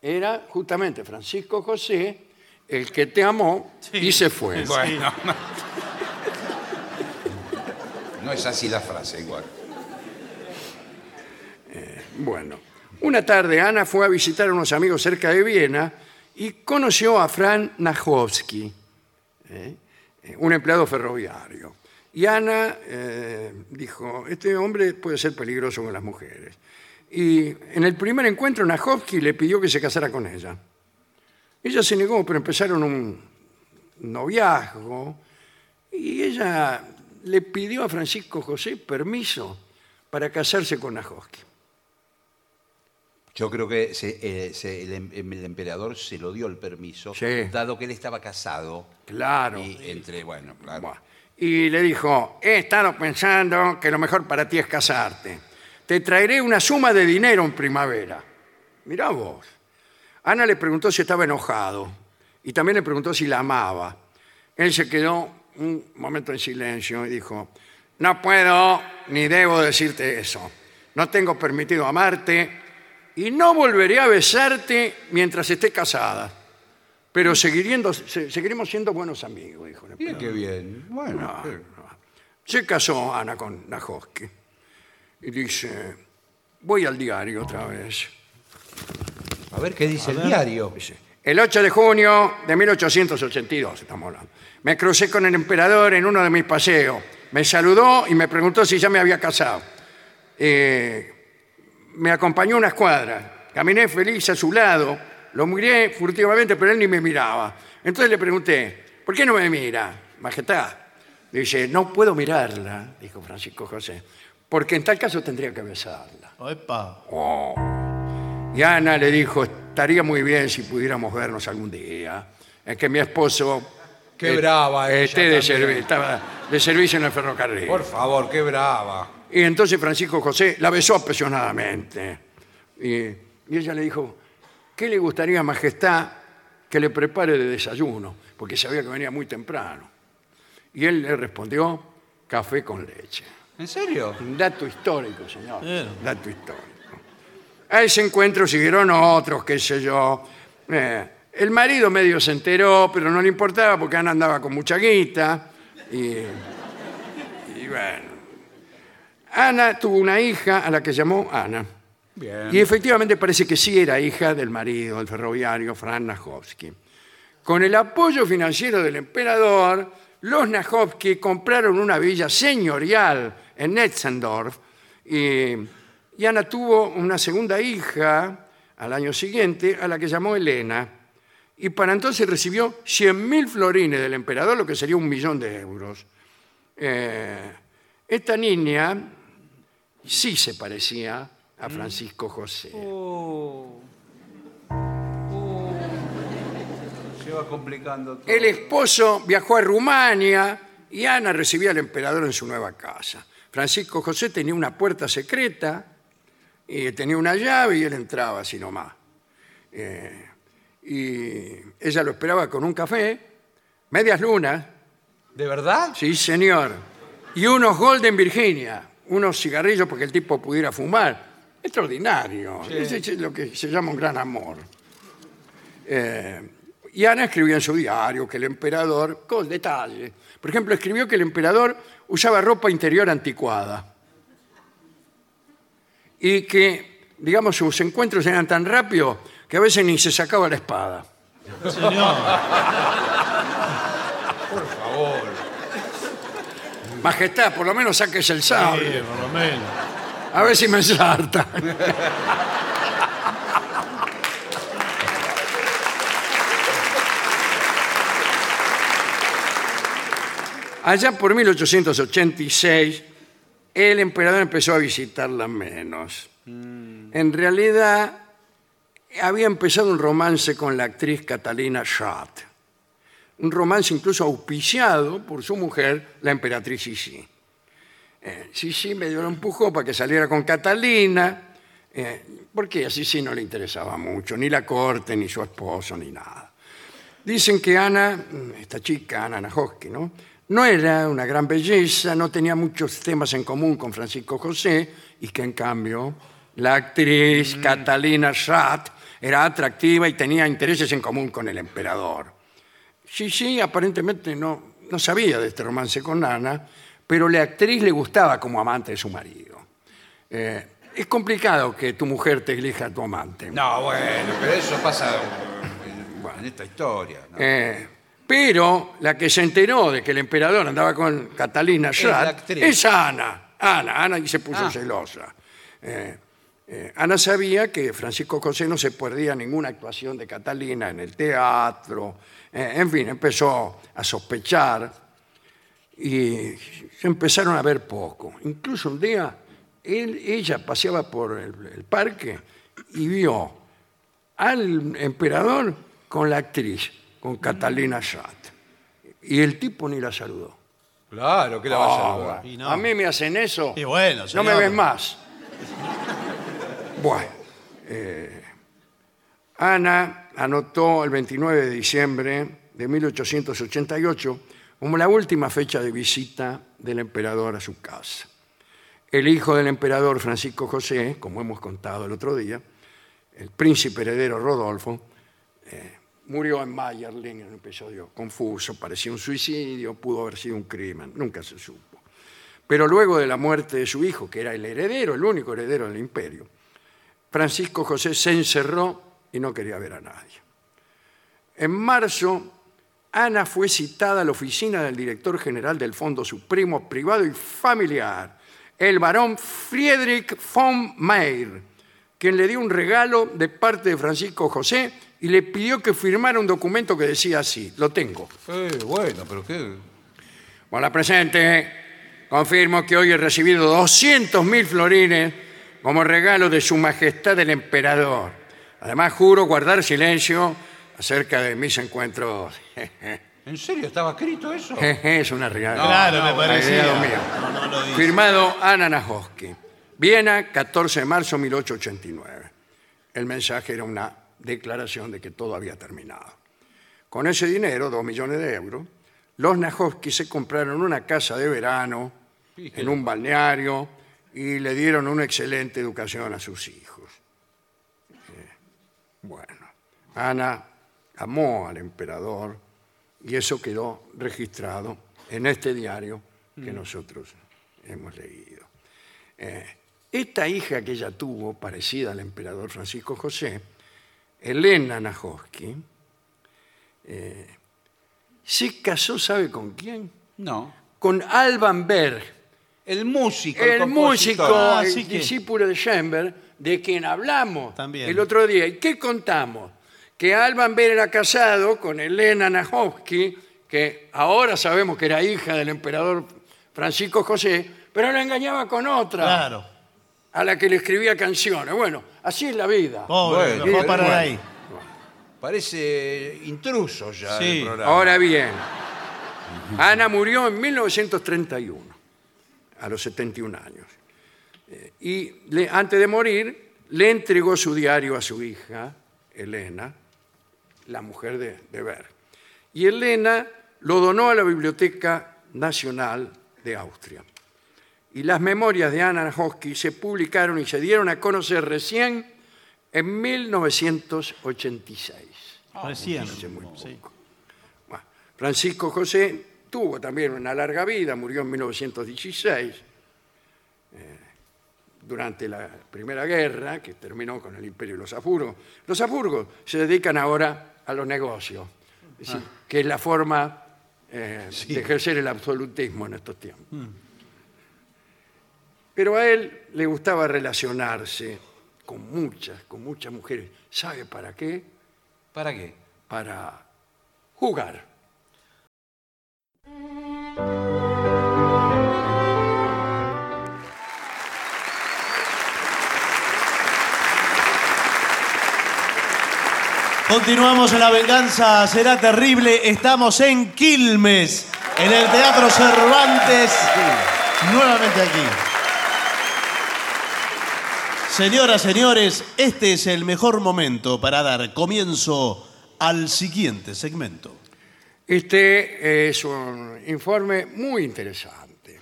Speaker 4: Era justamente Francisco José el que te amó y se fue.
Speaker 3: *laughs* Bueno. No es así la frase, igual.
Speaker 4: Bueno, una tarde Ana fue a visitar a unos amigos cerca de Viena y conoció a Fran Najowski, ¿eh? Eh, un empleado ferroviario. Y Ana eh, dijo, este hombre puede ser peligroso con las mujeres. Y en el primer encuentro Najowski le pidió que se casara con ella. Ella se negó, pero empezaron un noviazgo y ella le pidió a Francisco José permiso para casarse con Najowski.
Speaker 3: Yo creo que se- eh, se- el, em- el emperador se lo dio el permiso,
Speaker 4: Sí.
Speaker 3: dado que él estaba casado.
Speaker 4: Claro.
Speaker 3: Y entre, bueno, claro.
Speaker 4: Buah. Y le dijo, he estado pensando que lo mejor para ti es casarte. Te traeré una suma de dinero en primavera. Mirá vos. Ana le preguntó si estaba enojado y también le preguntó si la amaba. Él se quedó un momento en silencio y dijo, no puedo ni debo decirte eso. No tengo permitido amarte y no volveré a besarte mientras esté casada. Pero seguiriendo- se- seguiremos siendo buenos amigos, dijo. el
Speaker 3: Mira
Speaker 4: emperador.
Speaker 3: qué bien. Bueno. sí.
Speaker 4: Se casó Ana con Najowski. y dice, voy al diario otra vez.
Speaker 3: A ver qué dice el diario.
Speaker 4: Dice, el 8 de junio de 1882, estamos hablando, me crucé con el emperador en uno de mis paseos. Me saludó y me preguntó si ya me había casado. Eh, me acompañó unas cuadras. Caminé feliz a su lado. Lo miré furtivamente, pero él ni me miraba. Entonces le pregunté, ¿por qué no me mira, majestad? Dice, no puedo mirarla, dijo Francisco José, porque en tal caso tendría que besarla.
Speaker 2: Opa.
Speaker 4: Y Ana le dijo, estaría muy bien si pudiéramos vernos algún día. Es que mi esposo...
Speaker 3: Qué brava ella
Speaker 4: esté "Este de,
Speaker 3: también.
Speaker 4: servi- estaba de servicio en el ferrocarril.
Speaker 3: Por favor, qué brava.
Speaker 4: Y entonces Francisco José la besó apasionadamente. Y, y ella le dijo, ¿qué le gustaría, Majestad, que le prepare de desayuno? Porque sabía que venía muy temprano. Y él le respondió, café con leche.
Speaker 3: ¿En serio?
Speaker 4: Un dato histórico, señor.
Speaker 2: Claro.
Speaker 4: Dato histórico. A ese encuentro siguieron otros, qué sé yo. Eh, el marido medio se enteró, pero no le importaba porque Ana andaba con mucha guita. Y, y bueno. Ana tuvo una hija a la que llamó Ana. Y efectivamente parece que sí era hija del marido, el ferroviario Fran Najovsky. Con el apoyo financiero del emperador, los Najovsky compraron una villa señorial en Netzendorf y, y Ana tuvo una segunda hija al año siguiente a la que llamó Elena. Y para entonces recibió 100.000 florines del emperador, lo que sería un millón de euros. Eh, esta niña sí se parecía a Francisco José.
Speaker 3: Se va complicando todo.
Speaker 4: El esposo viajó a Rumania y Ana recibía al emperador en su nueva casa. Francisco José tenía una puerta secreta, y tenía una llave y él entraba así nomás. Eh, y ella lo esperaba con un café, medias lunas,
Speaker 3: ¿De verdad?
Speaker 4: sí señor, y unos Golden Virginia, unos cigarrillos porque el tipo pudiera fumar. Extraordinario, ese es lo que se llama un gran amor. Eh, y Ana escribió en su diario que el emperador, con detalle, por ejemplo, escribió que el emperador usaba ropa interior anticuada y que, digamos, sus encuentros eran tan rápidos que a veces ni se sacaba la espada.
Speaker 2: Señor.
Speaker 4: Majestad, por lo menos saques el
Speaker 2: Sí,
Speaker 4: sable.
Speaker 2: por lo menos.
Speaker 4: A ver si me saltan. Allá por 1886, el emperador empezó a visitarla menos.
Speaker 2: Mm.
Speaker 4: En realidad, había empezado un romance con la actriz Catalina Schott. Un romance incluso auspiciado por su mujer, la emperatriz Sisi. Sí, sí, me dio un empujón para que saliera con Catalina, eh, porque a sí no le interesaba mucho, ni la corte, ni su esposo, ni nada. Dicen que Ana, mm, esta chica, Ana Najoski, ¿no? No era una gran belleza, no tenía muchos temas en común con Francisco José, y que en cambio la actriz Catalina Schat era atractiva y tenía intereses en común con el emperador. Sí, sí, aparentemente no, no sabía de este romance con Ana, pero la actriz le gustaba como amante de su marido. Eh, es complicado que tu mujer te elija tu amante.
Speaker 3: No, bueno, pero eso pasa en, en esta historia. ¿no?
Speaker 4: Eh, pero la que se enteró de que el emperador andaba con Catalina
Speaker 3: la
Speaker 4: Schrat
Speaker 3: actriz.
Speaker 4: es Ana. Ana, Ana y se puso
Speaker 3: Ah.
Speaker 4: celosa. Eh, eh, Ana sabía que Francisco José no se perdía ninguna actuación de Catalina en el teatro. Eh, en fin, empezó a sospechar y se empezaron a ver poco. Incluso un día él, ella paseaba por el, el parque y vio al emperador con la actriz, con Catalina Schat. Y el tipo ni la saludó.
Speaker 3: Claro, que la va
Speaker 4: Ah,
Speaker 3: a saludar.
Speaker 2: Y no.
Speaker 4: A mí me hacen eso.
Speaker 2: Y bueno,
Speaker 4: no me
Speaker 2: señor.
Speaker 4: ves más. Bueno. eh, Ana anotó el 29 de diciembre de 1888 como la última fecha de visita del emperador a su casa. El hijo del emperador Francisco José, como hemos contado el otro día, el príncipe heredero Rodolfo, eh, murió en Mayerling en un episodio confuso, parecía un suicidio, pudo haber sido un crimen, nunca se supo. Pero luego de la muerte de su hijo, que era el heredero, el único heredero del imperio, Francisco José se encerró y no quería ver a nadie. En marzo, Ana fue citada a la oficina del director general del Fondo Supremo Privado y Familiar, el barón Friedrich von Meyer, quien le dio un regalo de parte de Francisco José y le pidió que firmara un documento que decía así, lo tengo.
Speaker 3: Eh, bueno, pero qué.
Speaker 4: Hola, presente. Confirmo que hoy he recibido 200.000 florines como regalo de su majestad el emperador. Además, juro guardar silencio acerca de mis encuentros. *laughs*
Speaker 3: ¿En serio estaba escrito eso?
Speaker 4: es una realidad.
Speaker 2: claro, me
Speaker 4: Dios
Speaker 2: parecía.
Speaker 4: mío.
Speaker 2: No, no lo dice.
Speaker 4: Firmado Ana Najoski. Viena, 14 de marzo de 1889. El mensaje era una declaración de que todo había terminado. Con ese dinero, 2 millones de euros, los Najoski se compraron una casa de verano en un balneario y le dieron una excelente educación a sus hijos. Eh, Bueno, Ana amó al emperador y eso quedó registrado en este diario que nosotros hemos leído. Eh, esta hija que ella tuvo, parecida al emperador Francisco José, Elena Najoski, se casó, ¿sabe con quién?
Speaker 3: No.
Speaker 4: Con Alban Berg,
Speaker 3: El músico.
Speaker 4: el, músico,
Speaker 3: compositor.
Speaker 2: Ah,
Speaker 4: el
Speaker 2: sí que-
Speaker 4: discípulo de Schoenberg, de quien hablamos
Speaker 2: También.
Speaker 4: el otro día. ¿Y qué contamos? Que Alban Berg era casado con Elena Najoski, que ahora sabemos que era hija del emperador Francisco José, pero la engañaba con otra,
Speaker 2: Claro.
Speaker 4: a la que le escribía canciones. Bueno, así es la vida.
Speaker 2: Pobre,
Speaker 3: Bueno,
Speaker 2: lo fue a
Speaker 3: eh,
Speaker 2: parar
Speaker 3: bueno.
Speaker 2: ahí.
Speaker 3: Parece intruso ya
Speaker 2: Sí.
Speaker 3: el programa.
Speaker 4: Ahora bien, Ana murió en 1931, a los 71 años. Eh, Y le- antes de morir, le entregó su diario a su hija, Elena, la mujer de, de Berg. Y Elena lo donó a la Biblioteca Nacional de Austria. Y las memorias de Ana Hosky se publicaron y se dieron a conocer recién en 1986.
Speaker 2: Recién. Sí.
Speaker 4: Bueno, Francisco José tuvo también una larga vida, murió en 1916, eh, durante la Primera Guerra, que terminó con el Imperio de los Habsburgos. Los Habsburgos se dedican ahora a los negocios, es decir, que es la forma eh, de ejercer el absolutismo en estos tiempos. Pero a él le gustaba relacionarse con muchas, con muchas mujeres. ¿Sabe para qué?
Speaker 3: ¿Para qué?
Speaker 4: Para jugar.
Speaker 2: Continuamos en La Venganza Será Terrible. Estamos en Quilmes, en el Teatro Cervantes. Nuevamente aquí. Señoras, señores, este es el mejor momento para dar comienzo al siguiente segmento.
Speaker 4: Este es un informe muy interesante.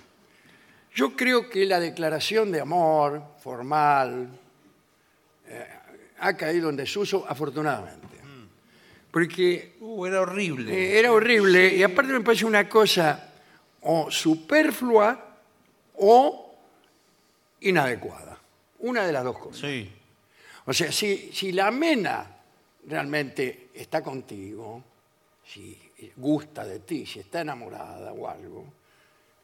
Speaker 4: Yo creo que la declaración de amor formal eh, ha caído en desuso, afortunadamente. Porque
Speaker 3: Uh, era horrible.
Speaker 4: eh, era horrible y aparte me parece una cosa o superflua o inadecuada. Una de las dos cosas.
Speaker 2: Sí.
Speaker 4: O sea, si, si la amena realmente está contigo, si gusta de ti, si está enamorada o algo,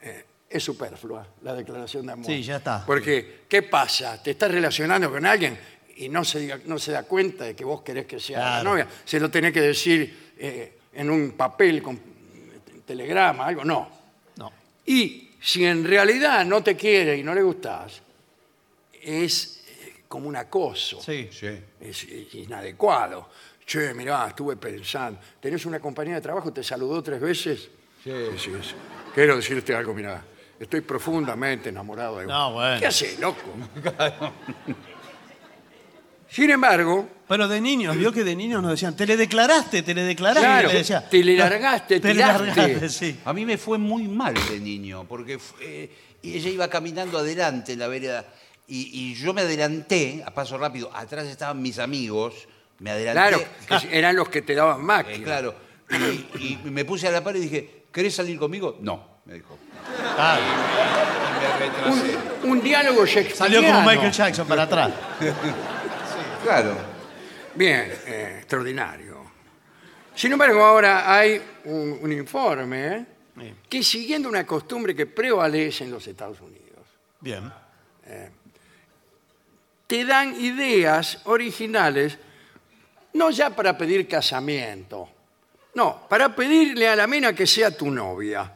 Speaker 4: eh, es superflua la declaración de amor.
Speaker 2: Sí, ya está.
Speaker 4: Porque, ¿qué pasa? Te estás relacionando con alguien y no se, diga- no se da cuenta de que vos querés que sea la
Speaker 2: Claro.
Speaker 4: novia. Se lo tenés que decir eh, en un papel, con eh, telegrama, algo. No.
Speaker 2: No.
Speaker 4: Y si en realidad no te quiere y no le gustás, es eh, como un acoso
Speaker 2: Sí.
Speaker 3: Sí.
Speaker 4: es, es inadecuado. Che, mirá, estuve pensando. Tenés una compañía de trabajo, te saludó tres veces.
Speaker 3: Sí.
Speaker 4: sí, sí. Quiero decirte algo, mirá. Estoy profundamente enamorado de vos.
Speaker 2: No, bueno.
Speaker 4: ¿Qué
Speaker 2: *laughs*
Speaker 4: haces, loco? Sin embargo,
Speaker 2: Pero de niños, vio que de niños nos decían, te le declaraste, te le declaraste.
Speaker 4: Claro,
Speaker 2: le decía,
Speaker 4: te le largaste,
Speaker 2: te le
Speaker 4: tiraste".
Speaker 2: largaste, sí.
Speaker 3: A mí me fue muy mal de niño, porque fu- eh, y ella iba caminando adelante en la vereda y, y yo me adelanté a paso rápido. Atrás estaban mis amigos, me
Speaker 4: claro,
Speaker 3: adelanté.
Speaker 4: que eran los que te daban máquina.
Speaker 3: Eh, claro.
Speaker 4: Ah.
Speaker 3: Y, y me puse a la par y dije, ¿querés salir conmigo? No, me dijo.
Speaker 2: Claro.
Speaker 3: Me retrasé.
Speaker 4: Un, un diálogo shakespeariano.
Speaker 2: Salió como Michael Jackson para atrás.
Speaker 3: Claro.
Speaker 4: Bien, eh, extraordinario. Sin embargo, ahora hay un, un informe ¿eh?
Speaker 2: Sí.
Speaker 4: que siguiendo una costumbre que prevalece en los Estados Unidos,
Speaker 2: Bien.
Speaker 4: te dan ideas originales, no ya para pedir casamiento, no, para pedirle a la mina que sea tu novia.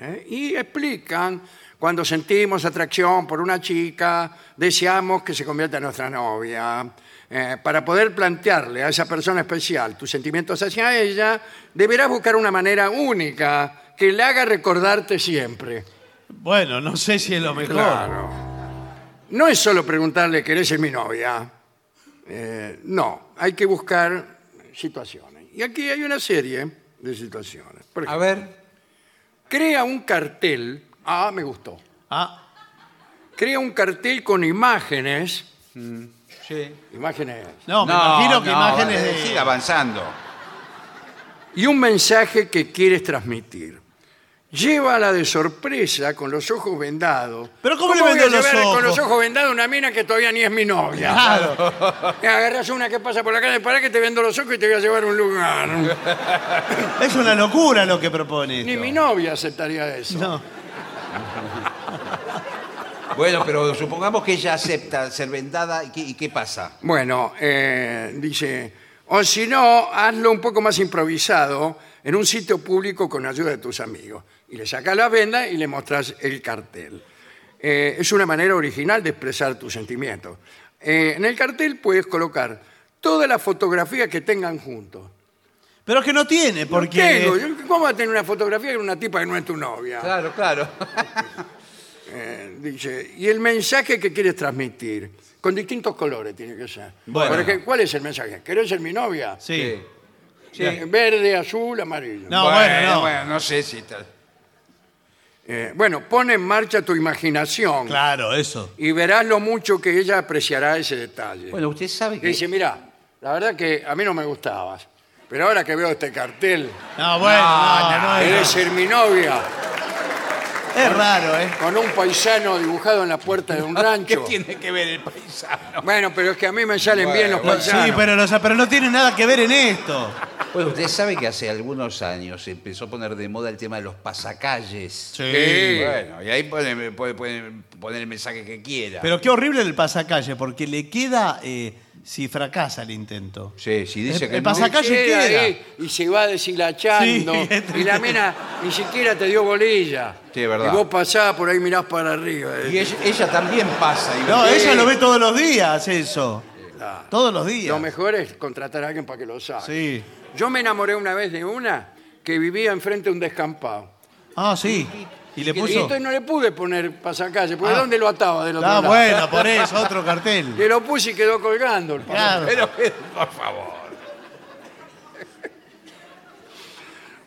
Speaker 4: ¿eh? Y explican, cuando sentimos atracción por una chica, deseamos que se convierta en nuestra novia. Eh, para poder plantearle a esa persona especial tus sentimientos hacia ella, deberás buscar una manera única que le haga recordarte siempre.
Speaker 2: Bueno, no sé si es lo mejor.
Speaker 4: Claro. No es solo preguntarle, ¿querés ser mi novia? Eh, no, hay que buscar situaciones. Y aquí hay una serie de situaciones. Por
Speaker 3: A
Speaker 4: ejemplo,
Speaker 3: ver.
Speaker 4: crea un cartel. Ah, me gustó.
Speaker 2: Ah,
Speaker 4: Crea un cartel con imágenes.
Speaker 3: Sí.
Speaker 4: Imágenes.
Speaker 2: no, me imagino que
Speaker 3: no,
Speaker 2: imágenes
Speaker 3: vale,
Speaker 2: de.
Speaker 3: Siga avanzando.
Speaker 4: Y un mensaje que quieres transmitir. Llévala de sorpresa con los ojos vendados.
Speaker 2: Pero ¿cómo le
Speaker 4: voy a
Speaker 2: vendo los
Speaker 4: llevar con
Speaker 2: ojos?
Speaker 4: los ojos vendados a una mina que todavía ni es mi novia?
Speaker 2: Claro.
Speaker 4: Agarras una que pasa por la calle, para que te vendo los ojos y te voy a llevar a un lugar.
Speaker 2: Es una locura lo que propone.
Speaker 4: Ni
Speaker 2: esto.
Speaker 4: mi novia aceptaría eso.
Speaker 2: No.
Speaker 3: Bueno, pero supongamos que ella acepta ser vendada. ¿Y qué, y qué pasa?
Speaker 4: Bueno, eh, dice, o si no, hazlo un poco más improvisado en un sitio público con ayuda de tus amigos. Y le sacas la venda y le mostras el cartel. Eh, es una manera original de expresar tus sentimientos. Eh, en el cartel puedes colocar todas las fotografías que tengan juntos.
Speaker 2: Pero es que no tiene, porque.
Speaker 4: Tengo, yo- ¿Cómo va a tener una fotografía con una tipa que no es tu novia?
Speaker 3: Claro, claro.
Speaker 4: Eh, dice, y el mensaje que quieres transmitir, con distintos colores tiene que ser.
Speaker 2: Bueno.
Speaker 4: Por ejemplo, ¿cuál es el mensaje? ¿Querés ser mi novia?
Speaker 2: Sí.
Speaker 4: Eh, Verde, azul, amarillo.
Speaker 2: No, bueno, no.
Speaker 3: bueno, no sé si está.
Speaker 4: Eh, bueno, pone en marcha tu imaginación
Speaker 2: Claro, eso.
Speaker 4: y verás lo mucho que ella apreciará ese detalle.
Speaker 3: Bueno, usted sabe
Speaker 4: Y
Speaker 3: que.
Speaker 4: dice, mira, la verdad que a mí no me gustabas, pero ahora que veo este cartel,
Speaker 2: No, bueno, no, no, es-
Speaker 4: debe ser mi novia
Speaker 2: Es raro, ¿eh?
Speaker 4: con un paisano dibujado en la puerta
Speaker 2: *laughs*
Speaker 4: de un
Speaker 3: ¿Qué
Speaker 4: rancho.
Speaker 3: tiene que ver el paisano?
Speaker 4: Bueno, pero es que a mí me salen
Speaker 3: Bueno,
Speaker 4: bien los
Speaker 3: bueno.
Speaker 4: paisanos.
Speaker 2: Sí, pero, los- pero no tiene nada que ver en esto.
Speaker 3: Bueno, usted sabe que hace algunos años se empezó a poner de moda el tema de los pasacalles.
Speaker 4: Sí.
Speaker 3: Bueno, y ahí pueden, pueden- pueden poner el mensaje que quiera.
Speaker 2: Pero qué horrible el pasacalle, porque le queda eh, si fracasa el intento.
Speaker 3: sí, si dice
Speaker 2: el-
Speaker 3: que
Speaker 2: el
Speaker 3: no.
Speaker 2: pasacalle- calle
Speaker 4: Queda
Speaker 2: queda.
Speaker 4: ahí y se va deshilachando
Speaker 2: Sí, es
Speaker 4: y la mina ni siquiera te dio bolilla.
Speaker 3: Sí, es verdad.
Speaker 4: Y vos pasás por ahí mirás para arriba. eh.
Speaker 3: Y ella, ella también pasa. y-
Speaker 2: No,
Speaker 3: Sí.
Speaker 2: ella lo ve todos los días, eso.
Speaker 4: Claro.
Speaker 2: Todos los días.
Speaker 4: Lo mejor es contratar a alguien para que lo saque.
Speaker 2: Sí.
Speaker 4: Yo me enamoré una vez de una que vivía enfrente de un descampado.
Speaker 2: Ah, sí. Y le
Speaker 4: Y
Speaker 2: puso.
Speaker 4: entonces no le pude poner pasacalle, porque
Speaker 2: Ah.
Speaker 4: ¿dónde lo ataba del otro
Speaker 2: Ah,
Speaker 4: lado?
Speaker 2: bueno, por eso, otro
Speaker 4: *laughs*
Speaker 2: cartel.
Speaker 4: Le lo puse y quedó colgando el pasacalle.
Speaker 2: Claro.
Speaker 3: Pero, por favor.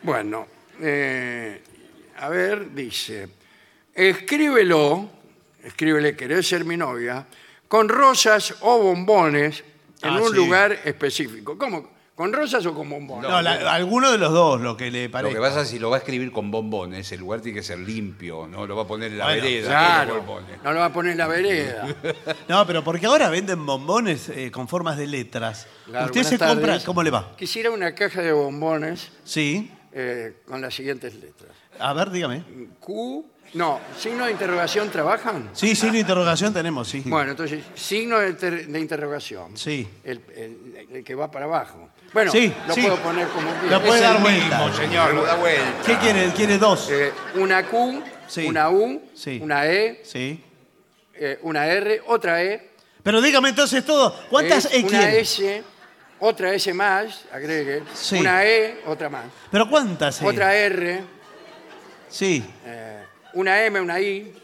Speaker 4: Bueno, eh, a ver, dice, escríbelo, escríbele, querés ser mi novia, con rosas o bombones en
Speaker 2: Ah,
Speaker 4: un
Speaker 2: sí.
Speaker 4: lugar específico. ¿Cómo? ¿Con rosas o con bombones?
Speaker 2: No, la- alguno de los dos, lo que le
Speaker 3: Lo que
Speaker 2: parece.
Speaker 3: pasa es si lo va a escribir con bombones, el lugar tiene que ser limpio, ¿no? Lo va a poner en la
Speaker 2: Bueno,
Speaker 3: vereda. no lo
Speaker 4: Claro,
Speaker 3: pone.
Speaker 4: no lo va a poner en
Speaker 2: *laughs*
Speaker 4: la vereda.
Speaker 2: No, pero porque ahora venden bombones eh, con formas de letras.
Speaker 4: Claro,
Speaker 2: Usted
Speaker 4: buenas
Speaker 2: se
Speaker 4: tardes.
Speaker 2: compra. ¿Cómo le va?
Speaker 4: Quisiera una caja de bombones
Speaker 2: Sí.
Speaker 4: eh, con las siguientes letras.
Speaker 2: A ver, dígame.
Speaker 4: Q, no, signo de interrogación, ¿trabajan?
Speaker 2: Sí, sí, la interrogación tenemos, sí.
Speaker 4: Bueno, entonces, signo de, ter- de interrogación.
Speaker 2: Mm. Sí.
Speaker 4: El, el- el que va para abajo. Bueno,
Speaker 2: Sí,
Speaker 4: lo
Speaker 2: sí.
Speaker 4: puedo poner como
Speaker 2: Lo
Speaker 4: quiera.
Speaker 2: puede
Speaker 3: Es
Speaker 2: dar
Speaker 3: el
Speaker 2: vuelta.
Speaker 3: mismo, señor, lo da vuelta.
Speaker 2: ¿Qué quiere? ¿Quiere dos?
Speaker 4: Eh, una Q,
Speaker 2: Sí.
Speaker 4: una U,
Speaker 2: Sí.
Speaker 4: una E,
Speaker 2: Sí.
Speaker 4: eh, una R, otra E.
Speaker 2: Pero dígame entonces todo. ¿Cuántas
Speaker 4: es
Speaker 2: E
Speaker 4: Una
Speaker 2: quiere?
Speaker 4: S, otra S más, agregue.
Speaker 2: Sí.
Speaker 4: Una E, otra más.
Speaker 2: ¿Pero cuántas E?
Speaker 4: Otra R,
Speaker 2: Sí.
Speaker 4: eh, una M, una I,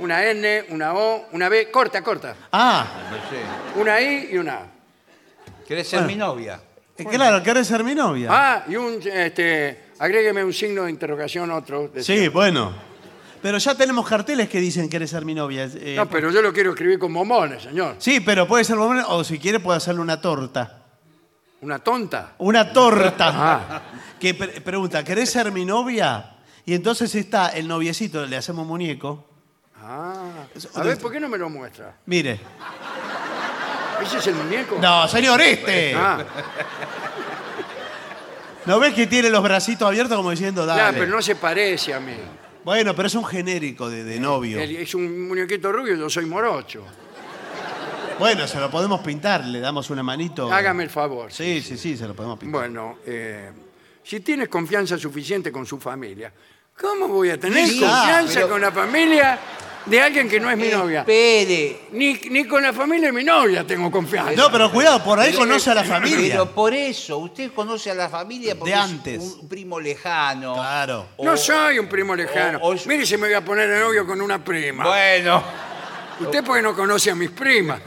Speaker 4: una N, una O, una B. Corta, corta.
Speaker 2: Ah,
Speaker 3: No sé.
Speaker 4: Una I y una A.
Speaker 3: ¿Querés ser mi novia?
Speaker 2: eh, claro, quiere ser mi novia.
Speaker 4: Ah, y un, este, agrégueme un signo de interrogación otro. de-
Speaker 2: Sí, bueno. Pero ya tenemos carteles que dicen querés ser mi novia. eh,
Speaker 4: No, pero yo lo quiero escribir con bombones, señor.
Speaker 2: Sí, pero puede ser bombón, o si quiere puede hacerle una torta.
Speaker 4: Una tonta.
Speaker 2: Una torta.
Speaker 4: Ah.
Speaker 2: Que pre- pregunta, ¿querés ser mi novia? Y entonces está el noviecito, le hacemos muñeco.
Speaker 4: Ah, a ver, ¿por qué no me lo muestra?
Speaker 2: Mire.
Speaker 4: ¿Ese es el muñeco?
Speaker 2: No, señor, este.
Speaker 4: Ah,
Speaker 2: ¿No ves que tiene los bracitos abiertos como diciendo, dale?
Speaker 4: claro, pero no se parece a mí.
Speaker 2: Bueno, pero es un genérico de, de novio.
Speaker 4: Él es un muñequito rubio, yo soy morocho.
Speaker 2: Bueno, se lo podemos pintar, le damos una manito.
Speaker 4: Hágame el favor.
Speaker 2: Sí, sí, sí, se lo podemos pintar.
Speaker 4: Bueno, eh, si tienes confianza suficiente con su familia, ¿cómo voy a tener
Speaker 2: Sí,
Speaker 4: confianza
Speaker 3: pero-
Speaker 4: con la familia de alguien que no es mi novia?
Speaker 3: Espere.
Speaker 4: Ni, ni con la familia de mi novia tengo confianza.
Speaker 2: no, pero cuidado, por ahí conoce a la familia.
Speaker 3: Pero por eso, usted conoce a la familia porque
Speaker 2: De
Speaker 3: es
Speaker 2: antes.
Speaker 3: un primo lejano.
Speaker 2: Claro.
Speaker 4: No soy un primo lejano.
Speaker 3: o- o-
Speaker 4: Mire si me voy a poner de novio con una prima.
Speaker 3: Bueno,
Speaker 4: Usted porque no conoce a mis primas.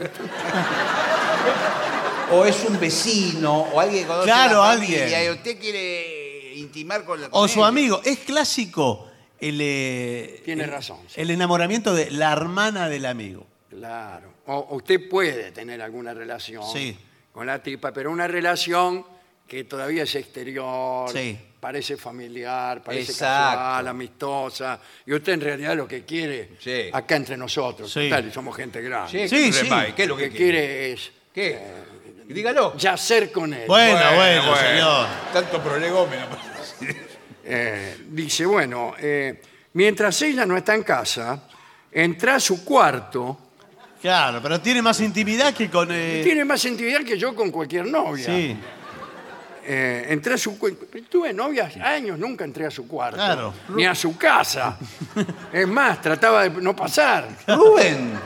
Speaker 3: o es un vecino, o alguien que conoce
Speaker 2: Claro,
Speaker 3: a la familia,
Speaker 2: alguien.
Speaker 3: y usted quiere intimar con la
Speaker 2: O
Speaker 3: con
Speaker 2: su
Speaker 3: ella.
Speaker 2: amigo. Es clásico el. eh,
Speaker 4: Tiene
Speaker 2: el-
Speaker 4: razón, sí.
Speaker 2: El enamoramiento de la hermana del amigo.
Speaker 4: Claro. O o usted puede tener alguna relación
Speaker 2: Sí.
Speaker 4: con la tipa, pero una relación que todavía es exterior,
Speaker 2: Sí.
Speaker 4: parece familiar, parece
Speaker 3: Exacto.
Speaker 4: casual, amistosa. Y usted en realidad lo que quiere,
Speaker 3: Sí.
Speaker 4: acá entre nosotros,
Speaker 2: Sí.
Speaker 4: tal, y somos gente grande.
Speaker 3: Sí,
Speaker 2: Sí,
Speaker 3: ¿qué
Speaker 2: sí.
Speaker 3: problema hay? ¿Qué es lo
Speaker 4: Lo
Speaker 3: que,
Speaker 4: que quiere es
Speaker 3: ¿Qué? Dígalo.
Speaker 4: yacer con él.
Speaker 2: Bueno, bueno, señor.
Speaker 3: Tanto prolegómeno.
Speaker 4: Eh, dice, bueno, eh, mientras ella no está en casa, entra a su cuarto.
Speaker 2: Claro, pero tiene más intimidad que con. eh,
Speaker 4: Tiene más intimidad que yo con cualquier novia.
Speaker 2: Sí,
Speaker 4: Eh, entré a su cuarto. Tuve novias años, nunca entré a su cuarto.
Speaker 2: Claro.
Speaker 4: Ni a su
Speaker 2: *laughs*
Speaker 4: casa. es más, trataba de no pasar.
Speaker 3: Rubén,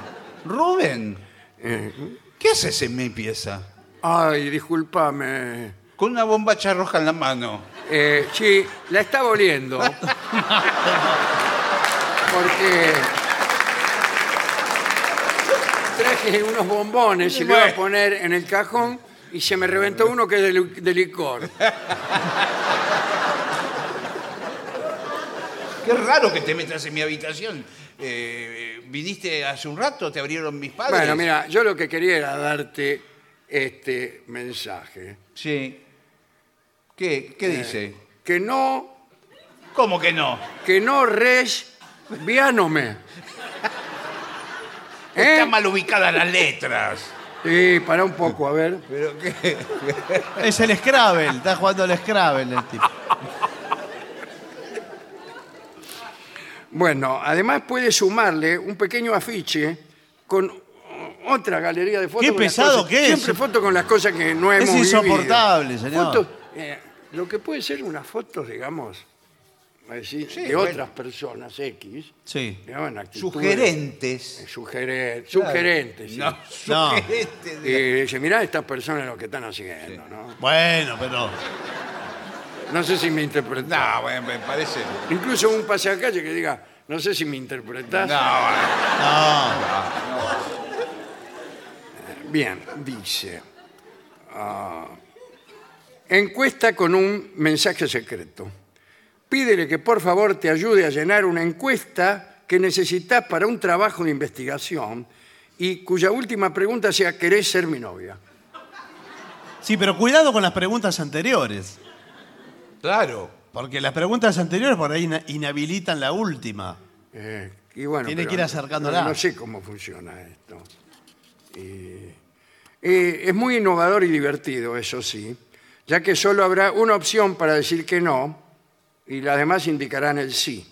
Speaker 3: Rubén,
Speaker 4: Eh.
Speaker 3: ¿qué haces en mi pieza?
Speaker 4: Ay, discúlpame.
Speaker 3: Con una bombacha roja en la mano.
Speaker 4: Eh, sí, la
Speaker 2: *laughs*
Speaker 4: estaba oliendo. Porque traje unos bombones y lo iba a poner en el cajón y se me reventó uno que es de, lu- de licor.
Speaker 3: Qué raro que te metas en mi habitación. Eh, ¿Viniste hace un rato? ¿Te abrieron mis padres?
Speaker 4: Bueno, mira, yo lo que quería era darte este mensaje.
Speaker 3: Sí. ¿Qué,
Speaker 4: Eh.
Speaker 3: qué dice?
Speaker 4: Que no
Speaker 3: ¿Cómo que no?
Speaker 4: que no res
Speaker 2: *laughs*
Speaker 4: viánome. ¿Eh?
Speaker 3: Están mal ubicadas las letras.
Speaker 4: Sí, para un poco, a ver.
Speaker 3: ¿Pero qué?
Speaker 2: es el Scrabble, está jugando el Scrabble el tipo.
Speaker 4: Bueno, además puede sumarle un pequeño afiche con o- otra galería de fotos.
Speaker 2: Qué
Speaker 4: con las
Speaker 2: pesado
Speaker 4: cosas-
Speaker 2: que es.
Speaker 4: Siempre fotos con las cosas que no
Speaker 2: Es
Speaker 4: hemos vivido.
Speaker 2: insoportable, señor.
Speaker 4: Fotos, eh, lo que puede ser unas fotos, digamos, así, de
Speaker 3: bueno.
Speaker 4: otras personas X,
Speaker 2: Sí.
Speaker 4: digamos, en actitudes-
Speaker 3: Sugerentes.
Speaker 4: Sugeren- Sugerentes. sí. Eh.
Speaker 3: No,
Speaker 2: No.
Speaker 3: sugerentes.
Speaker 4: Y dice, mirá estas personas lo que están haciendo, ¿no?
Speaker 2: Bueno, pero.
Speaker 4: No sé si me interpretó.
Speaker 3: No, bueno, me parece.
Speaker 4: Incluso un paseacalle que diga, no sé si me interpretás.
Speaker 3: No, bueno.
Speaker 2: No.
Speaker 4: Bien, dice. ah, encuesta con un mensaje secreto. Pídele que por favor te ayude a llenar una encuesta que necesitas para un trabajo de investigación y cuya última pregunta sea, ¿querés ser mi novia?
Speaker 2: Sí, pero cuidado con las preguntas anteriores.
Speaker 3: Claro.
Speaker 2: Porque las preguntas anteriores por ahí ina- inhabilitan la última.
Speaker 4: Eh, y bueno,
Speaker 2: Tiene
Speaker 4: pero
Speaker 2: que ir acercándola.
Speaker 4: No, no sé cómo funciona esto. Y- eh, es muy innovador y divertido, eso sí, ya que solo habrá una opción para decir que no y las demás indicarán el sí.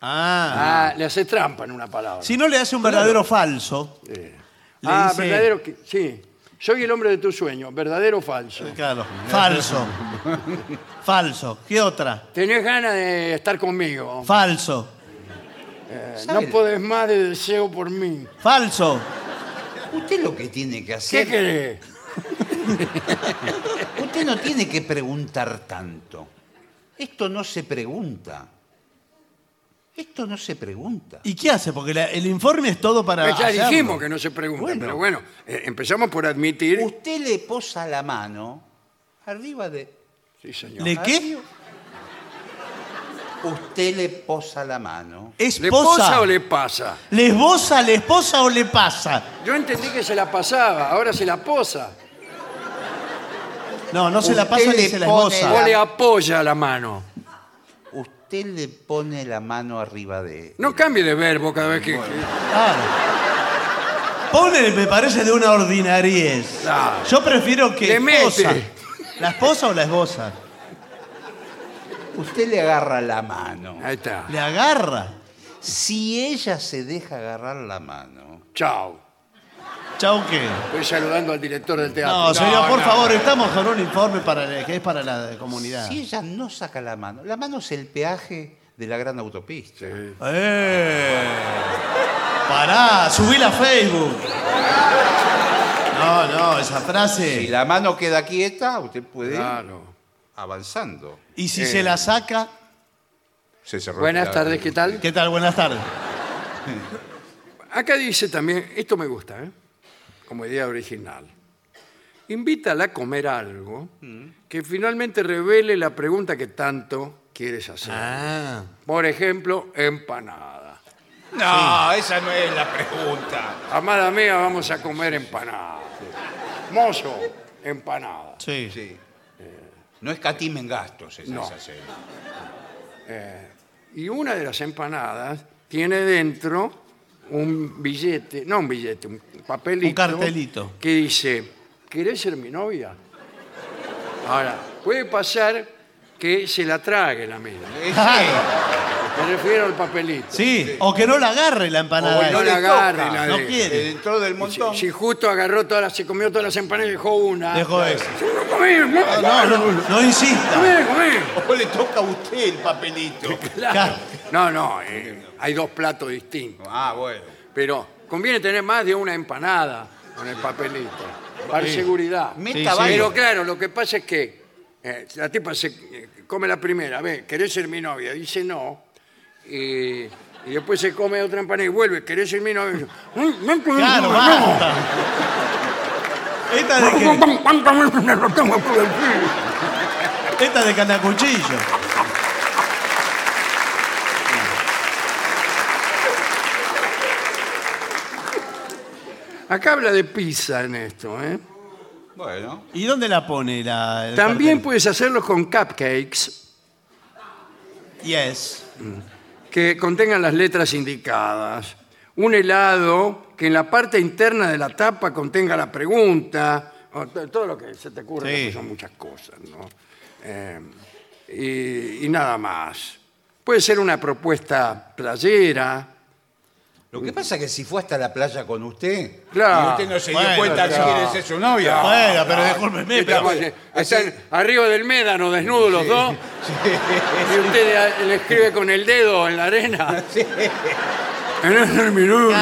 Speaker 2: Ah.
Speaker 4: Ah, le hace trampa en una palabra.
Speaker 2: Si no le hace un verdadero falso.
Speaker 4: Eh.
Speaker 2: Le
Speaker 4: Ah,
Speaker 2: dice-
Speaker 4: verdadero que- Sí. Soy el hombre de tu sueño, verdadero o falso.
Speaker 2: Claro.
Speaker 4: *laughs*
Speaker 2: Falso. falso. ¿Qué otra?
Speaker 4: Tenés ganas de estar conmigo.
Speaker 2: Falso.
Speaker 4: Eh, no podés más de deseo por mí.
Speaker 2: Falso.
Speaker 3: Usted lo que tiene que hacer.
Speaker 4: ¿Qué querés?
Speaker 3: Usted no tiene que preguntar tanto. Esto no se pregunta. Esto no se pregunta.
Speaker 2: ¿Y qué hace? Porque la- el informe es todo para.
Speaker 4: ya
Speaker 2: hacerlo.
Speaker 4: dijimos que no se pregunta,
Speaker 3: Bueno.
Speaker 4: pero bueno, eh, empezamos por admitir.
Speaker 3: Usted le posa la mano arriba de.
Speaker 4: Sí, señor.
Speaker 2: ¿Le qué?
Speaker 3: arriba. Usted le posa la mano.
Speaker 4: ¿Le posa
Speaker 2: Esposa.
Speaker 4: o le pasa?
Speaker 2: ¿Le esboza, le esposa o le pasa?
Speaker 4: Yo entendí que se la pasaba, ahora se la posa.
Speaker 2: No, no se la
Speaker 3: Usted
Speaker 2: pasa ni
Speaker 3: le
Speaker 2: se la
Speaker 3: pone
Speaker 2: esboza.
Speaker 4: O le apoya la mano.
Speaker 3: Usted usted le pone la mano arriba de...
Speaker 4: No cambie de verbo cada vez que...
Speaker 2: Claro. Pone, me parece, de una ordinariez.
Speaker 4: Claro.
Speaker 2: Yo prefiero que
Speaker 4: Le mete.
Speaker 2: esposa. ¿La esposa o la esposa?
Speaker 3: Usted le agarra la mano.
Speaker 4: Ahí está.
Speaker 2: Le agarra.
Speaker 3: Si ella se deja agarrar la mano...
Speaker 4: Chao.
Speaker 2: Chau, ¿qué?
Speaker 4: Estoy saludando al director del teatro.
Speaker 2: No, señor, por
Speaker 4: no.
Speaker 2: favor, estamos con un informe para la- que es para la comunidad.
Speaker 3: Si ella no saca la mano, la mano es el peaje de la gran autopista.
Speaker 2: ¡Eh! Pará, subí la Facebook. No, no, esa
Speaker 3: Si
Speaker 2: frase.
Speaker 3: la mano queda quieta, usted puede ir
Speaker 4: Claro.
Speaker 3: avanzando.
Speaker 2: Y
Speaker 4: Eh.
Speaker 2: si se la saca,
Speaker 3: Se cerró
Speaker 4: Buenas
Speaker 3: la-
Speaker 4: tardes, ¿qué tal?
Speaker 2: ¿qué tal? Buenas tardes.
Speaker 4: Acá dice también, esto me gusta, ¿eh? como idea original. Invítala a comer algo
Speaker 2: Mm.
Speaker 4: que finalmente revele la pregunta que tanto quieres hacer.
Speaker 2: Ah.
Speaker 4: Por ejemplo, empanada.
Speaker 5: No, esa no es la pregunta.
Speaker 4: Amada mía, vamos a comer empanada. Mozo, empanada.
Speaker 2: Sí.
Speaker 3: Sí. Eh, No escatimen gastos esas,
Speaker 4: No.
Speaker 3: esas series.
Speaker 4: Y una de las empanadas tiene dentro un billete, no un billete, un papelito.
Speaker 2: Un cartelito.
Speaker 4: Que dice, ¿querés ser mi novia? Ahora, puede pasar que se la trague la mina.
Speaker 3: Eh,
Speaker 2: Ah,
Speaker 4: Me refiero al papelito.
Speaker 2: sí, o que no la agarre la empanada.
Speaker 4: O no
Speaker 3: le
Speaker 4: la agarre,
Speaker 3: toca,
Speaker 4: la
Speaker 2: no
Speaker 4: deje.
Speaker 3: sí.
Speaker 2: quiere.
Speaker 3: Dentro del montón.
Speaker 4: Si justo agarró todas las, se comió todas las empanadas y dejó una.
Speaker 2: Dejó eso.
Speaker 4: Sí, no comí, no,
Speaker 2: No, no, no insista.
Speaker 4: comí, comí.
Speaker 5: O le toca a usted el papelito.
Speaker 2: Claro.
Speaker 4: No, no, eh, hay dos platos distintos.
Speaker 3: *laughs* Ah, bueno.
Speaker 4: Pero conviene tener más de una empanada con el papelito, para seguridad.
Speaker 3: Meta
Speaker 2: sí.
Speaker 3: varios.
Speaker 4: Pero claro, lo que pasa es que eh, la tipa se eh, come la primera, ve, ¿querés ser mi novia? Dice no. Y, y después se come otra empanada y vuelve, ¿querés ser mi novia? Dice, "Mm, no, no,
Speaker 2: Claro,
Speaker 4: no,
Speaker 2: basta. Esta de, que,
Speaker 4: no".
Speaker 2: esta de canacuchillo.
Speaker 4: Acá habla de pizza en esto, ¿eh?
Speaker 3: Bueno.
Speaker 2: ¿Y dónde la pone la.? el
Speaker 4: También
Speaker 2: cartel?
Speaker 4: puedes hacerlo con cupcakes
Speaker 2: Yes.
Speaker 4: que contengan las letras indicadas. Un helado que en la parte interna de la tapa contenga la pregunta. o to- todo lo que se te ocurre,
Speaker 2: Sí.
Speaker 4: que son muchas cosas, ¿no? Eh, y, y nada más. Puede ser una propuesta playera.
Speaker 3: Lo que pasa es que si fue hasta la playa con usted,
Speaker 4: Claro.
Speaker 5: Y usted no se
Speaker 2: Bueno,
Speaker 5: dio cuenta
Speaker 4: claro.
Speaker 5: si quiere ser su novia.
Speaker 2: bueno, pero discúlpeme, pero.
Speaker 4: Estamos- eh, están arriba del médano, desnudos los dos. Y usted a- le escribe con el dedo en la arena. En ese minuto.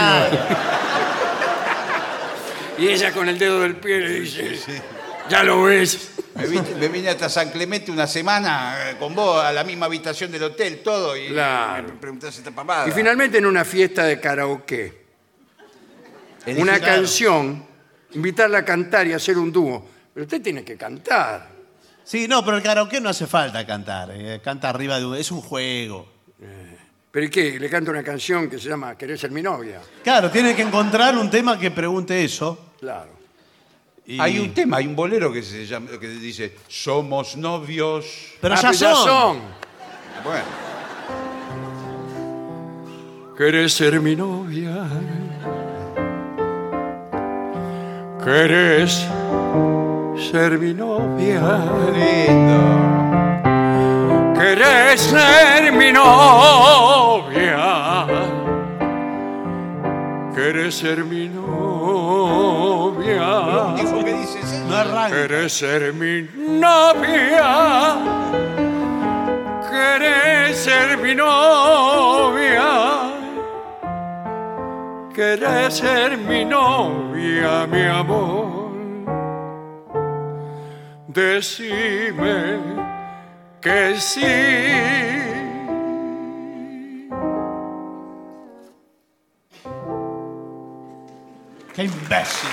Speaker 4: Y ella con el dedo del pie le dice, ya lo ves.
Speaker 3: me, vine, me vine hasta San Clemente una semana eh, con vos a la misma habitación del hotel, todo, y
Speaker 4: Claro.
Speaker 3: me preguntás esta papada.
Speaker 4: Y finalmente en una fiesta de karaoke,
Speaker 3: Elegí-
Speaker 4: una
Speaker 3: Claro.
Speaker 4: canción, invitarla a cantar y hacer un dúo. Pero usted tiene que cantar.
Speaker 2: Sí, no, pero el karaoke no hace falta cantar. eh, Canta arriba de un. Es un juego.
Speaker 4: ¿Pero y qué? Le canta una canción que se llama ¿Querés ser mi novia?
Speaker 2: Claro, tiene que encontrar un tema que pregunte eso.
Speaker 4: Claro.
Speaker 2: y-
Speaker 3: Hay un tema, hay un bolero que se llama, que dice Somos novios.
Speaker 2: Pero
Speaker 4: Ah,
Speaker 2: ya,
Speaker 4: ya
Speaker 2: son.
Speaker 3: Bueno.
Speaker 4: ¿Querés ser mi novia? ¿Querés ser mi novia?
Speaker 3: Lindo.
Speaker 4: ¿Querés ser mi novia? ¿Querés ser mi novia?
Speaker 3: Dijo que dice sí.
Speaker 2: No
Speaker 1: Eh.
Speaker 2: arranca.
Speaker 4: ¿Querés ser mi novia? ¿Querés ser mi novia? ¿Querés ser mi novia, mi amor? Decime que sí.
Speaker 2: Qué imbécil.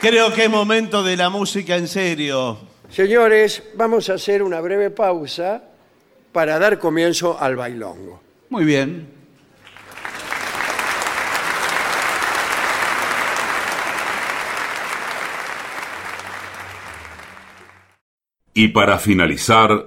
Speaker 2: Creo que es momento de la música en serio.
Speaker 4: Señores, vamos a hacer una breve pausa para dar comienzo al bailongo.
Speaker 3: Muy bien.
Speaker 6: Y para finalizar,